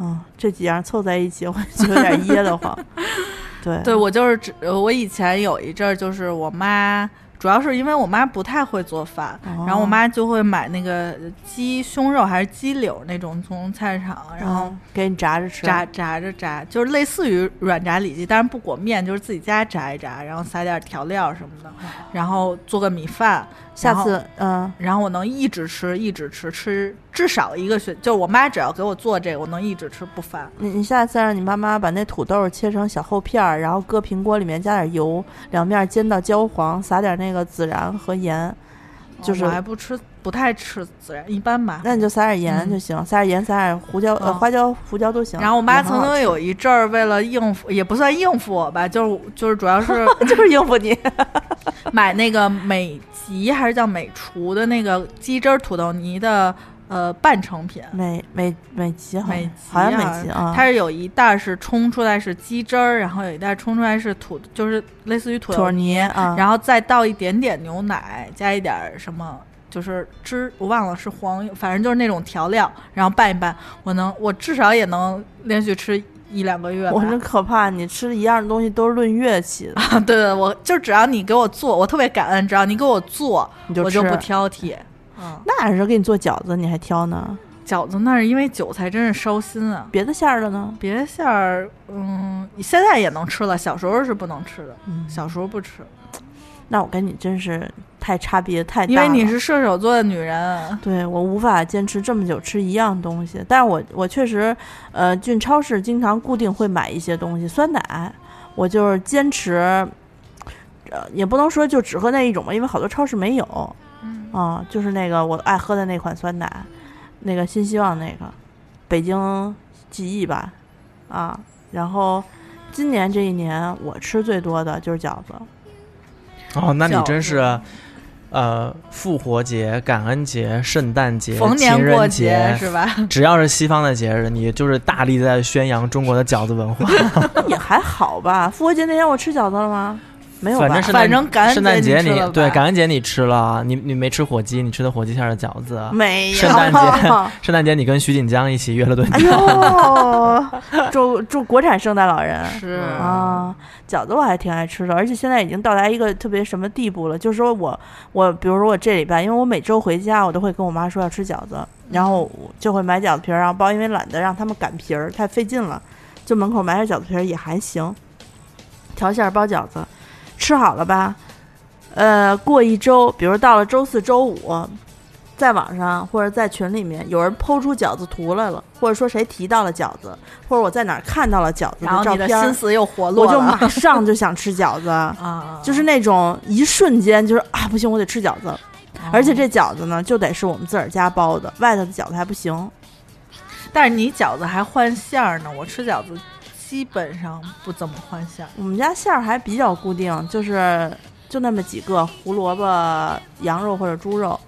Speaker 2: 嗯，这几样凑在一起，我就有点噎得
Speaker 3: <laughs>
Speaker 2: 慌。对哦
Speaker 3: 对我就是只，呃我以前有一阵儿就是我妈。主要是因为我妈不太会做饭，
Speaker 2: 哦
Speaker 3: 然后我妈就会买那个鸡胸肉还是鸡柳那种从菜市场，然后
Speaker 2: 嗯给你炸着吃，
Speaker 3: 炸炸着炸，就是类似于软炸里脊，但是不裹面，就是自己家炸一炸，然后撒点调料什
Speaker 2: 哦
Speaker 3: 么的，然后做个米饭。
Speaker 2: 下
Speaker 3: 然后
Speaker 2: 次嗯，
Speaker 3: 然后我能一直吃，一直吃，吃至少一个学，就是我妈只要给我做这个，我能一直吃不烦。
Speaker 2: 你你下次让你妈妈把那土豆切成小厚片儿，然后搁平锅里面加点油，两面煎到焦黄，撒点那个孜然和盐，就是
Speaker 3: 哦我还不吃，不太吃孜然，一般吧。
Speaker 2: 那你就撒点盐
Speaker 3: 嗯
Speaker 2: 就行，撒点盐，撒点胡椒、呃
Speaker 3: 哦
Speaker 2: 花椒、胡椒都行。
Speaker 3: 然后我妈
Speaker 2: 也很
Speaker 3: 曾
Speaker 2: 好
Speaker 3: 经
Speaker 2: 吃
Speaker 3: 有一阵儿为了应付，也不算应付我吧，就是就是
Speaker 2: <laughs>
Speaker 3: 主要是
Speaker 2: 就是应付你，
Speaker 3: 买那个美极还是叫美厨的那个鸡汁儿土豆泥的呃半成品，
Speaker 2: <laughs> 美美美极好像
Speaker 3: 美极
Speaker 2: 嗯好像美极啊，
Speaker 3: 它是有一袋儿是冲出来是鸡汁儿，然后有一袋儿冲出来是土，就是类似于土
Speaker 2: 土
Speaker 3: 豆
Speaker 2: 耳泥啊，
Speaker 3: 然后再倒一点点牛奶，加一点儿什么，就是汁，我忘了是黄油，反正就是那种调料，然后拌一拌。我能，我至少也能连续吃一两个月吧
Speaker 2: 我。真可怕，你吃一样的东西都是论月起的，
Speaker 3: <laughs> 对对，我就只要你给我做，我特别感恩，只要你给我做，
Speaker 2: 你就
Speaker 3: 我
Speaker 2: 吃
Speaker 3: 就不挑剔。嗯，
Speaker 2: 那人给你做饺子你还挑呢？
Speaker 3: 饺子那是因为韭菜真是烧心啊，
Speaker 2: 别的馅儿的呢？
Speaker 3: 别的馅儿，嗯，现在也能吃了，小时候是不能吃的，
Speaker 2: 嗯，
Speaker 3: 小时候不吃，
Speaker 2: 那我跟你真是太差别太大
Speaker 3: 因
Speaker 2: 了，
Speaker 3: 为你是射手座的女人。
Speaker 2: 对我无法坚持这么久吃一样东西，但是我我确实，呃，进超市经常固定会买一些东西，酸奶，我就是坚持，呃，也不能说就只喝那一种吧，因为好多超市没有，
Speaker 3: 嗯
Speaker 2: 啊、就是那个我爱喝的那款酸奶，那个新希望那个，北京记忆吧，啊，然后今年这一年我吃最多的就是饺子，
Speaker 4: 哦，那你
Speaker 3: 饺
Speaker 4: 真
Speaker 3: 子
Speaker 4: 是，呃，复活节、感恩节、圣诞节、
Speaker 3: 逢
Speaker 4: 情
Speaker 3: 年
Speaker 4: 人
Speaker 3: 过节
Speaker 4: 节
Speaker 2: <laughs>
Speaker 3: 是吧？
Speaker 4: 只要是西方的节日，你就是大力在宣扬中国的饺子文化。
Speaker 2: 那也还好吧。复活节那天我吃饺子了吗？没有吧？
Speaker 4: 反正圣
Speaker 3: 反
Speaker 4: 诞
Speaker 3: 正感恩
Speaker 4: 圣诞
Speaker 3: 节你
Speaker 4: 节
Speaker 3: 吃了
Speaker 4: 你
Speaker 3: 吧
Speaker 4: 对感恩节你吃了，你你没吃火鸡，你吃的火鸡馅儿的饺子。
Speaker 2: 没有。
Speaker 4: 啊圣诞节圣诞节你跟徐锦江一起约了顿
Speaker 2: <laughs> 哎
Speaker 4: 饭。
Speaker 2: 呦， <laughs> 祝祝国产圣诞老人
Speaker 3: 是
Speaker 4: 嗯
Speaker 2: 啊！饺子我还挺爱吃的，而且现在已经到达一个特别什么地步了，就是说我我比如说我这礼拜，因为我每周回家，我都会跟我妈说要吃饺
Speaker 3: 嗯
Speaker 2: 子，然后我就会买饺子皮儿，然后包，因为懒得让他们擀皮儿，太费劲了，就门口买点饺子皮儿也还行，调馅儿包饺子，吃好了吧？呃，过一周，比如到了周四周五，在网上或者在群里面有人剖出饺子图来了，或者说谁提到了饺子，或者我在哪儿看到了饺子
Speaker 3: 然后
Speaker 2: 照
Speaker 3: 你的
Speaker 2: 片
Speaker 3: 心
Speaker 2: 儿，
Speaker 3: 思又活络
Speaker 2: 我
Speaker 3: 了，，
Speaker 2: 就马上就想吃饺 <laughs> 子
Speaker 3: 啊，
Speaker 2: 就是那种一瞬间就是啊不行，我得吃饺子。
Speaker 3: 啊
Speaker 2: 而且这饺子呢，就得是我们自个儿家包的，外头的饺子还不行。
Speaker 3: 但是你饺子还换馅儿呢，我吃饺子基本上不怎么换馅儿。
Speaker 2: 我们家馅儿还比较固定，就是就那么几个：胡萝卜、羊肉或者猪肉、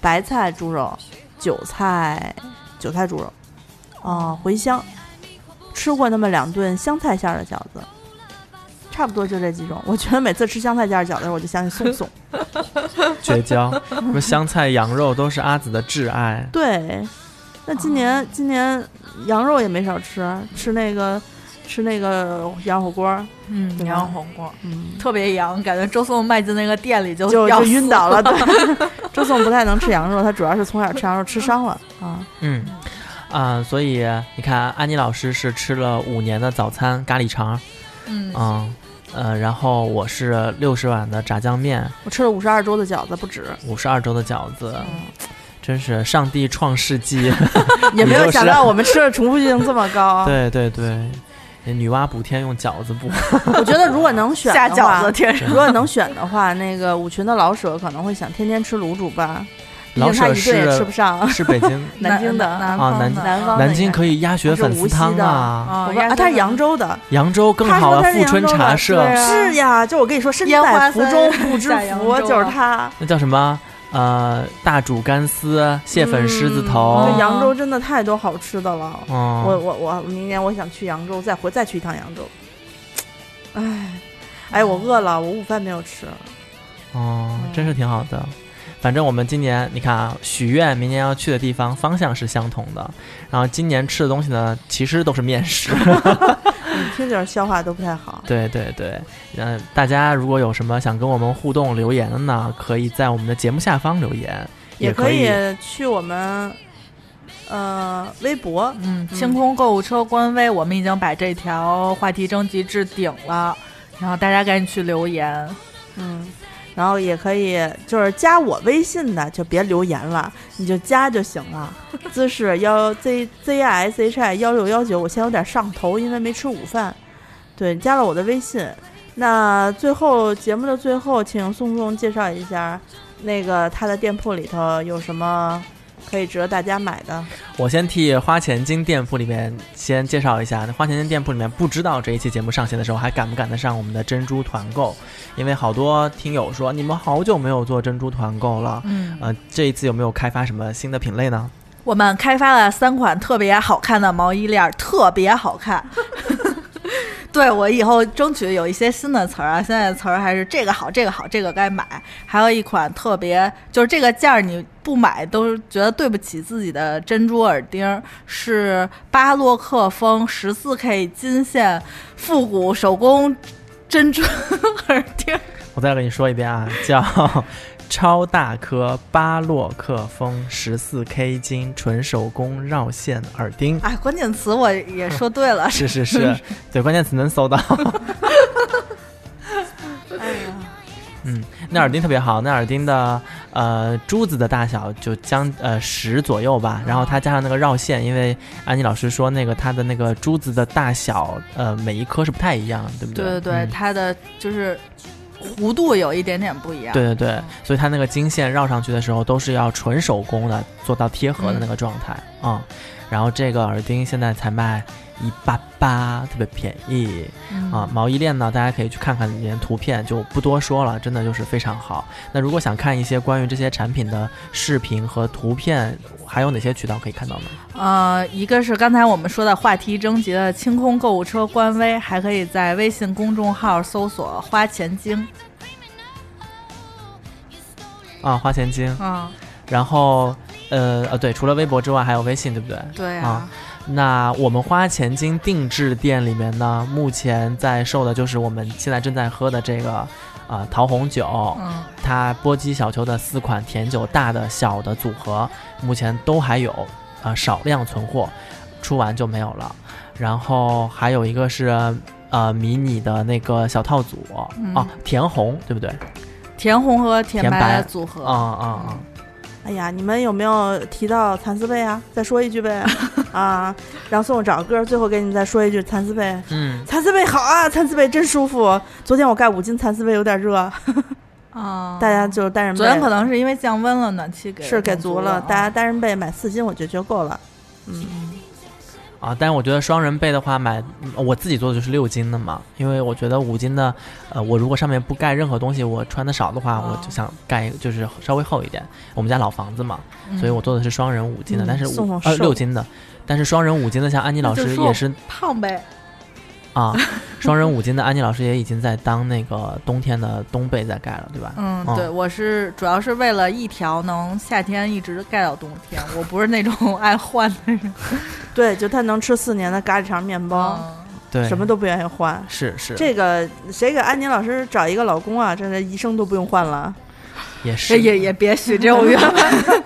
Speaker 2: 白菜、猪肉、韭菜、韭菜猪肉，哦，茴香。吃过那么两顿香菜馅儿的饺子，差不多就这几种。我觉得每次吃香菜馅儿饺子，我就想起宋 <laughs> 宋。
Speaker 4: 绝交。什么香菜、羊肉都是阿紫的挚爱。
Speaker 2: 对，那今年、
Speaker 3: 哦
Speaker 2: 今年羊肉也没少吃，吃那个吃那个羊火锅儿，
Speaker 3: 嗯
Speaker 2: 对吧
Speaker 3: 羊火锅
Speaker 2: 嗯。
Speaker 3: 特别羊，感觉周颂迈进那个店里就
Speaker 2: 就
Speaker 3: 要
Speaker 2: 就
Speaker 3: 死
Speaker 2: 晕倒了。对， <laughs> 周颂不太能吃羊肉，他主要是从小吃羊肉吃伤了啊。
Speaker 4: 嗯，啊、所以你看，安妮老师是吃了五年的早餐咖喱肠，
Speaker 3: 嗯
Speaker 2: 啊
Speaker 4: 嗯，呃，然后我是六十碗的炸酱面，
Speaker 2: 我吃了五十二周的饺子不止，
Speaker 4: 五十二周的饺子，
Speaker 3: 嗯
Speaker 4: 真是上帝创世
Speaker 2: <laughs>
Speaker 4: 纪。
Speaker 2: 也没
Speaker 4: 你
Speaker 2: 有
Speaker 4: 就是
Speaker 2: 想到我们吃的重复性这么
Speaker 3: <laughs>
Speaker 2: 高。
Speaker 4: 对对对，女娲补天用饺子
Speaker 2: <laughs>
Speaker 4: 补。
Speaker 2: 我觉得如果能选
Speaker 3: 下
Speaker 2: 的
Speaker 3: 饺
Speaker 2: 话
Speaker 3: 子，天上
Speaker 2: 如果能选的话，那个五群的老舍可能会想天天吃卤煮吧，毕
Speaker 4: 老
Speaker 2: 竟他
Speaker 4: 舍
Speaker 2: 一顿也吃不
Speaker 4: 是
Speaker 3: 哦
Speaker 2: 上
Speaker 4: 是
Speaker 2: <laughs>
Speaker 4: 北京，
Speaker 2: 南京的
Speaker 3: 南
Speaker 4: 啊南
Speaker 3: 方的
Speaker 2: 南方的
Speaker 4: 南京可以鸭血粉丝汤啊，
Speaker 3: 啊
Speaker 2: 我，问啊，他是扬州的，
Speaker 4: 扬州更好啊，
Speaker 2: 他说他是
Speaker 4: 富春
Speaker 2: 扬州的
Speaker 4: 茶社，
Speaker 3: 对啊
Speaker 2: 是呀，就我跟你说，身
Speaker 3: 烟花
Speaker 2: 在福中
Speaker 3: 三
Speaker 2: 不知
Speaker 3: 在扬
Speaker 2: 福，
Speaker 3: 州
Speaker 2: 就是
Speaker 3: 啊
Speaker 2: 他。
Speaker 4: 那叫什么？呃，大煮干丝、蟹
Speaker 2: 嗯
Speaker 4: 粉狮子
Speaker 2: 这
Speaker 4: 头，
Speaker 2: 扬州真的太多好吃的了。
Speaker 4: 嗯，
Speaker 2: 我我我明年我想去扬州，再回再去一趟扬州。唉，哎，我饿了，我午饭没有吃。
Speaker 4: 哦，真是挺好的。反正我们今年，你看啊，许愿明年要去的地方方向是相同的，然后今年吃的东西呢，其实都是面 <laughs> 食。
Speaker 2: 你听就是消化都不太好。
Speaker 4: 对对对，嗯、大家如果有什么想跟我们互动留言的呢，可以在我们的节目下方留言，也
Speaker 2: 可
Speaker 4: 以
Speaker 2: 以去我们呃微博，
Speaker 3: 嗯，星空购物车官微，我们已经把这条话题征集置顶了，然后大家赶紧去留言。
Speaker 2: 嗯，然后也可以就是加我微信的，就别留言了，你就加就行了。姿势幺 z z i s h i 幺六幺九，我现在有点上头，因为没吃午饭。对，加了我的微信。那最后节目的最后，请宋宋介绍一下那个他的店铺里头有什么可以值得大家买的。
Speaker 4: 我先替花钱精店铺里面先介绍一下，那花钱精店铺里面不知道这一期节目上线的时候还赶不赶得上我们的珍珠团购，因为好多听友说你们好久没有做珍珠团购了，
Speaker 3: 嗯，
Speaker 4: 呃，这一次有没有开发什么新的品类呢？
Speaker 3: 我们开发了三款特别好看的毛衣链儿，特别好 <laughs> 看。对我以后争取有一些新的词儿啊，现在的词儿还是这个好，这个好，这个该买。还有一款特别，就是这个价儿你不买都是觉得对不起自己的珍珠耳钉儿，是巴洛克风十四 K 金线复古手工珍珠耳钉儿。
Speaker 4: 我再跟你说一遍啊，叫 <laughs> 超大颗巴洛克风十四 K 金纯手工绕线耳钉。
Speaker 3: <laughs> 哎，关键词我也说对了，
Speaker 4: 是是是，对，关键词能搜到。嗯，那耳钉特别好，那耳钉的呃珠子的大小就将呃十左右吧，然后它加上那个绕线，因为安妮老师说那个它的那个珠子的大小呃每一颗是不太一样，对不
Speaker 3: <laughs> 对对
Speaker 4: 对
Speaker 3: 对，
Speaker 4: 嗯
Speaker 3: 它的就是弧度有一点点不一样。
Speaker 4: 对对对，所以它那个金线绕上去的时候都是要纯手工的，做到贴合的那个状态啊、嗯然后这个耳钉现在才卖一八八，特别便宜
Speaker 3: 嗯
Speaker 4: 啊、毛衣链呢，大家可以去看看里面图片，就不多说了，真的就是非常好。那如果想看一些关于这些产品的视频和图片，还有哪些渠道可以看到呢？
Speaker 3: 呃，一个是刚才我们说的话题征集的清空购物车官微，还可以在微信公众号搜索“花钱精
Speaker 4: 啊，花钱精”。，
Speaker 3: 嗯，
Speaker 4: 然后呃呃，对，除了微博之外，还有微信，对不对？
Speaker 3: 对
Speaker 4: 啊那我们花钱精定制店里面呢，目前在售的就是我们现在正在喝的这个啊、呃桃红酒，
Speaker 3: 嗯，
Speaker 4: 它波姬小球的四款甜酒大的小的组合，目前都还有呃少量存货，出完就没有了。然后还有一个是呃迷你的那个小套组、哦
Speaker 3: 嗯
Speaker 4: 啊，甜红对不对？
Speaker 3: 甜红和甜
Speaker 4: 甜白
Speaker 2: 嗯
Speaker 3: 的组合，
Speaker 4: 啊啊啊！
Speaker 2: 哎呀，你们有没有提到蚕丝被啊？再说一句呗， <laughs> 啊，然后送我找个歌，最后给你们再说一句蚕丝被，
Speaker 4: 嗯，
Speaker 2: 蚕丝被好啊，蚕丝被真舒服。昨天我盖五斤蚕丝被，有点热，
Speaker 3: 啊，
Speaker 2: 大家就单人被。
Speaker 3: 哦昨天可能是因为降温了，啊暖气给
Speaker 2: 是给
Speaker 3: 足
Speaker 2: 足了，大家
Speaker 3: 家
Speaker 2: 单人被买四斤，我觉得就够了。
Speaker 4: 啊，但是我觉得双人被的话买，嗯我自己做的就是六斤的嘛，因为我觉得五斤的，呃，我如果上面不盖任何东西，我穿的少的话，
Speaker 3: 哦
Speaker 4: 我就想盖一个就是稍微厚一点。我们家老房子嘛，
Speaker 3: 嗯
Speaker 4: 所以我做的是双人五斤的，
Speaker 2: 嗯
Speaker 4: 但是
Speaker 2: 宋
Speaker 4: 五
Speaker 2: 总
Speaker 4: 呃
Speaker 2: 瘦
Speaker 4: 六斤的，但是双人五斤的，像安妮老
Speaker 3: 那就
Speaker 4: 师
Speaker 3: 瘦
Speaker 4: 也是
Speaker 3: 胖呗， <laughs>
Speaker 4: 啊，双人五斤的安妮老师也已经在当那个冬天的冬被在盖了，对吧？
Speaker 3: 嗯，
Speaker 4: 嗯
Speaker 3: 对，我是主要是为了一条能夏天一直盖到冬天，我不是那种 <laughs> 爱换的人。
Speaker 2: 对，就他能吃四年的咖喱肠面包，
Speaker 3: 哦
Speaker 4: 对，
Speaker 2: 什么都不愿意换。
Speaker 4: 是是，
Speaker 2: 这个谁给安妮老师找一个老公啊？真的，一生都不用换了。
Speaker 4: 也
Speaker 3: 这
Speaker 4: 是
Speaker 3: 哎也也别许这种愿
Speaker 4: <laughs>
Speaker 3: 望，
Speaker 4: 啊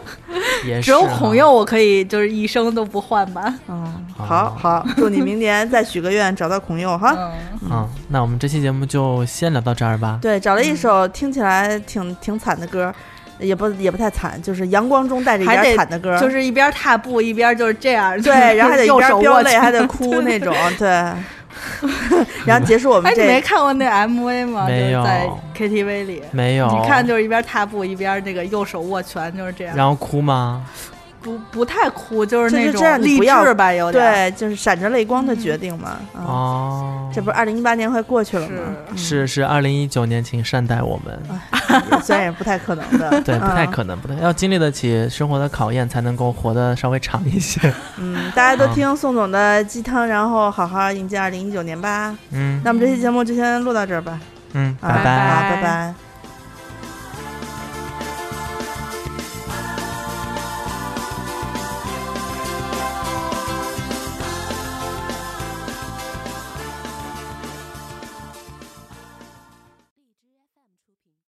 Speaker 4: 也
Speaker 3: 只有
Speaker 4: 是啊
Speaker 3: 红柚我可以就是一生都不换吧。
Speaker 2: 嗯，
Speaker 4: 哦
Speaker 2: 好好，祝你明年再许个愿，找到孔佑哈。
Speaker 3: 嗯，
Speaker 4: 嗯，那我们这期节目就先聊到这儿吧。
Speaker 2: 对，找了
Speaker 3: 嗯
Speaker 2: 一首听起来挺挺惨的歌，也不也不太惨，就是阳光中带着一
Speaker 3: 还得
Speaker 2: 点惨的歌， <laughs>
Speaker 3: 就是一边踏步一边就是这 <laughs> 样，
Speaker 2: 对，然后还得一
Speaker 3: 右
Speaker 2: 边
Speaker 3: 手
Speaker 2: 飙
Speaker 3: 握
Speaker 2: 泪
Speaker 3: 拳
Speaker 2: 还得哭那种，
Speaker 3: <laughs>
Speaker 2: 对。然后结束我们
Speaker 3: 哎，你
Speaker 2: 这，
Speaker 3: 没看过那 MV 吗？
Speaker 4: 没
Speaker 3: 就是
Speaker 4: 有
Speaker 3: 在 KTV 里，
Speaker 4: 没有，
Speaker 3: 你看就是一边踏步一边那个右手握拳，就是这样，
Speaker 4: 然后哭吗？
Speaker 3: 不不太哭，就是
Speaker 2: 这
Speaker 3: 那
Speaker 2: 就
Speaker 3: 种
Speaker 2: 这样你
Speaker 3: 励
Speaker 2: 不要
Speaker 3: 志吧，有点。嗯
Speaker 2: 对，就是闪着泪光的决定嘛。啊，
Speaker 4: 哦，
Speaker 2: 这不是二零一八年快过去了吗？
Speaker 4: 是是二零一九年，请善待我们。
Speaker 3: 嗯
Speaker 2: 也虽然也不太可能的，
Speaker 4: 对，不太
Speaker 2: 嗯
Speaker 4: 可能，不太要经历得起生活的考验，才能够活得稍微长
Speaker 3: <laughs>
Speaker 4: 一些。
Speaker 2: 嗯，大家都听宋总的鸡汤，然后好好迎接二零一九年吧。
Speaker 4: 嗯
Speaker 2: 那我们这期节目就先录到这儿吧，
Speaker 4: 嗯，
Speaker 2: 啊
Speaker 4: 拜
Speaker 2: 好，拜拜。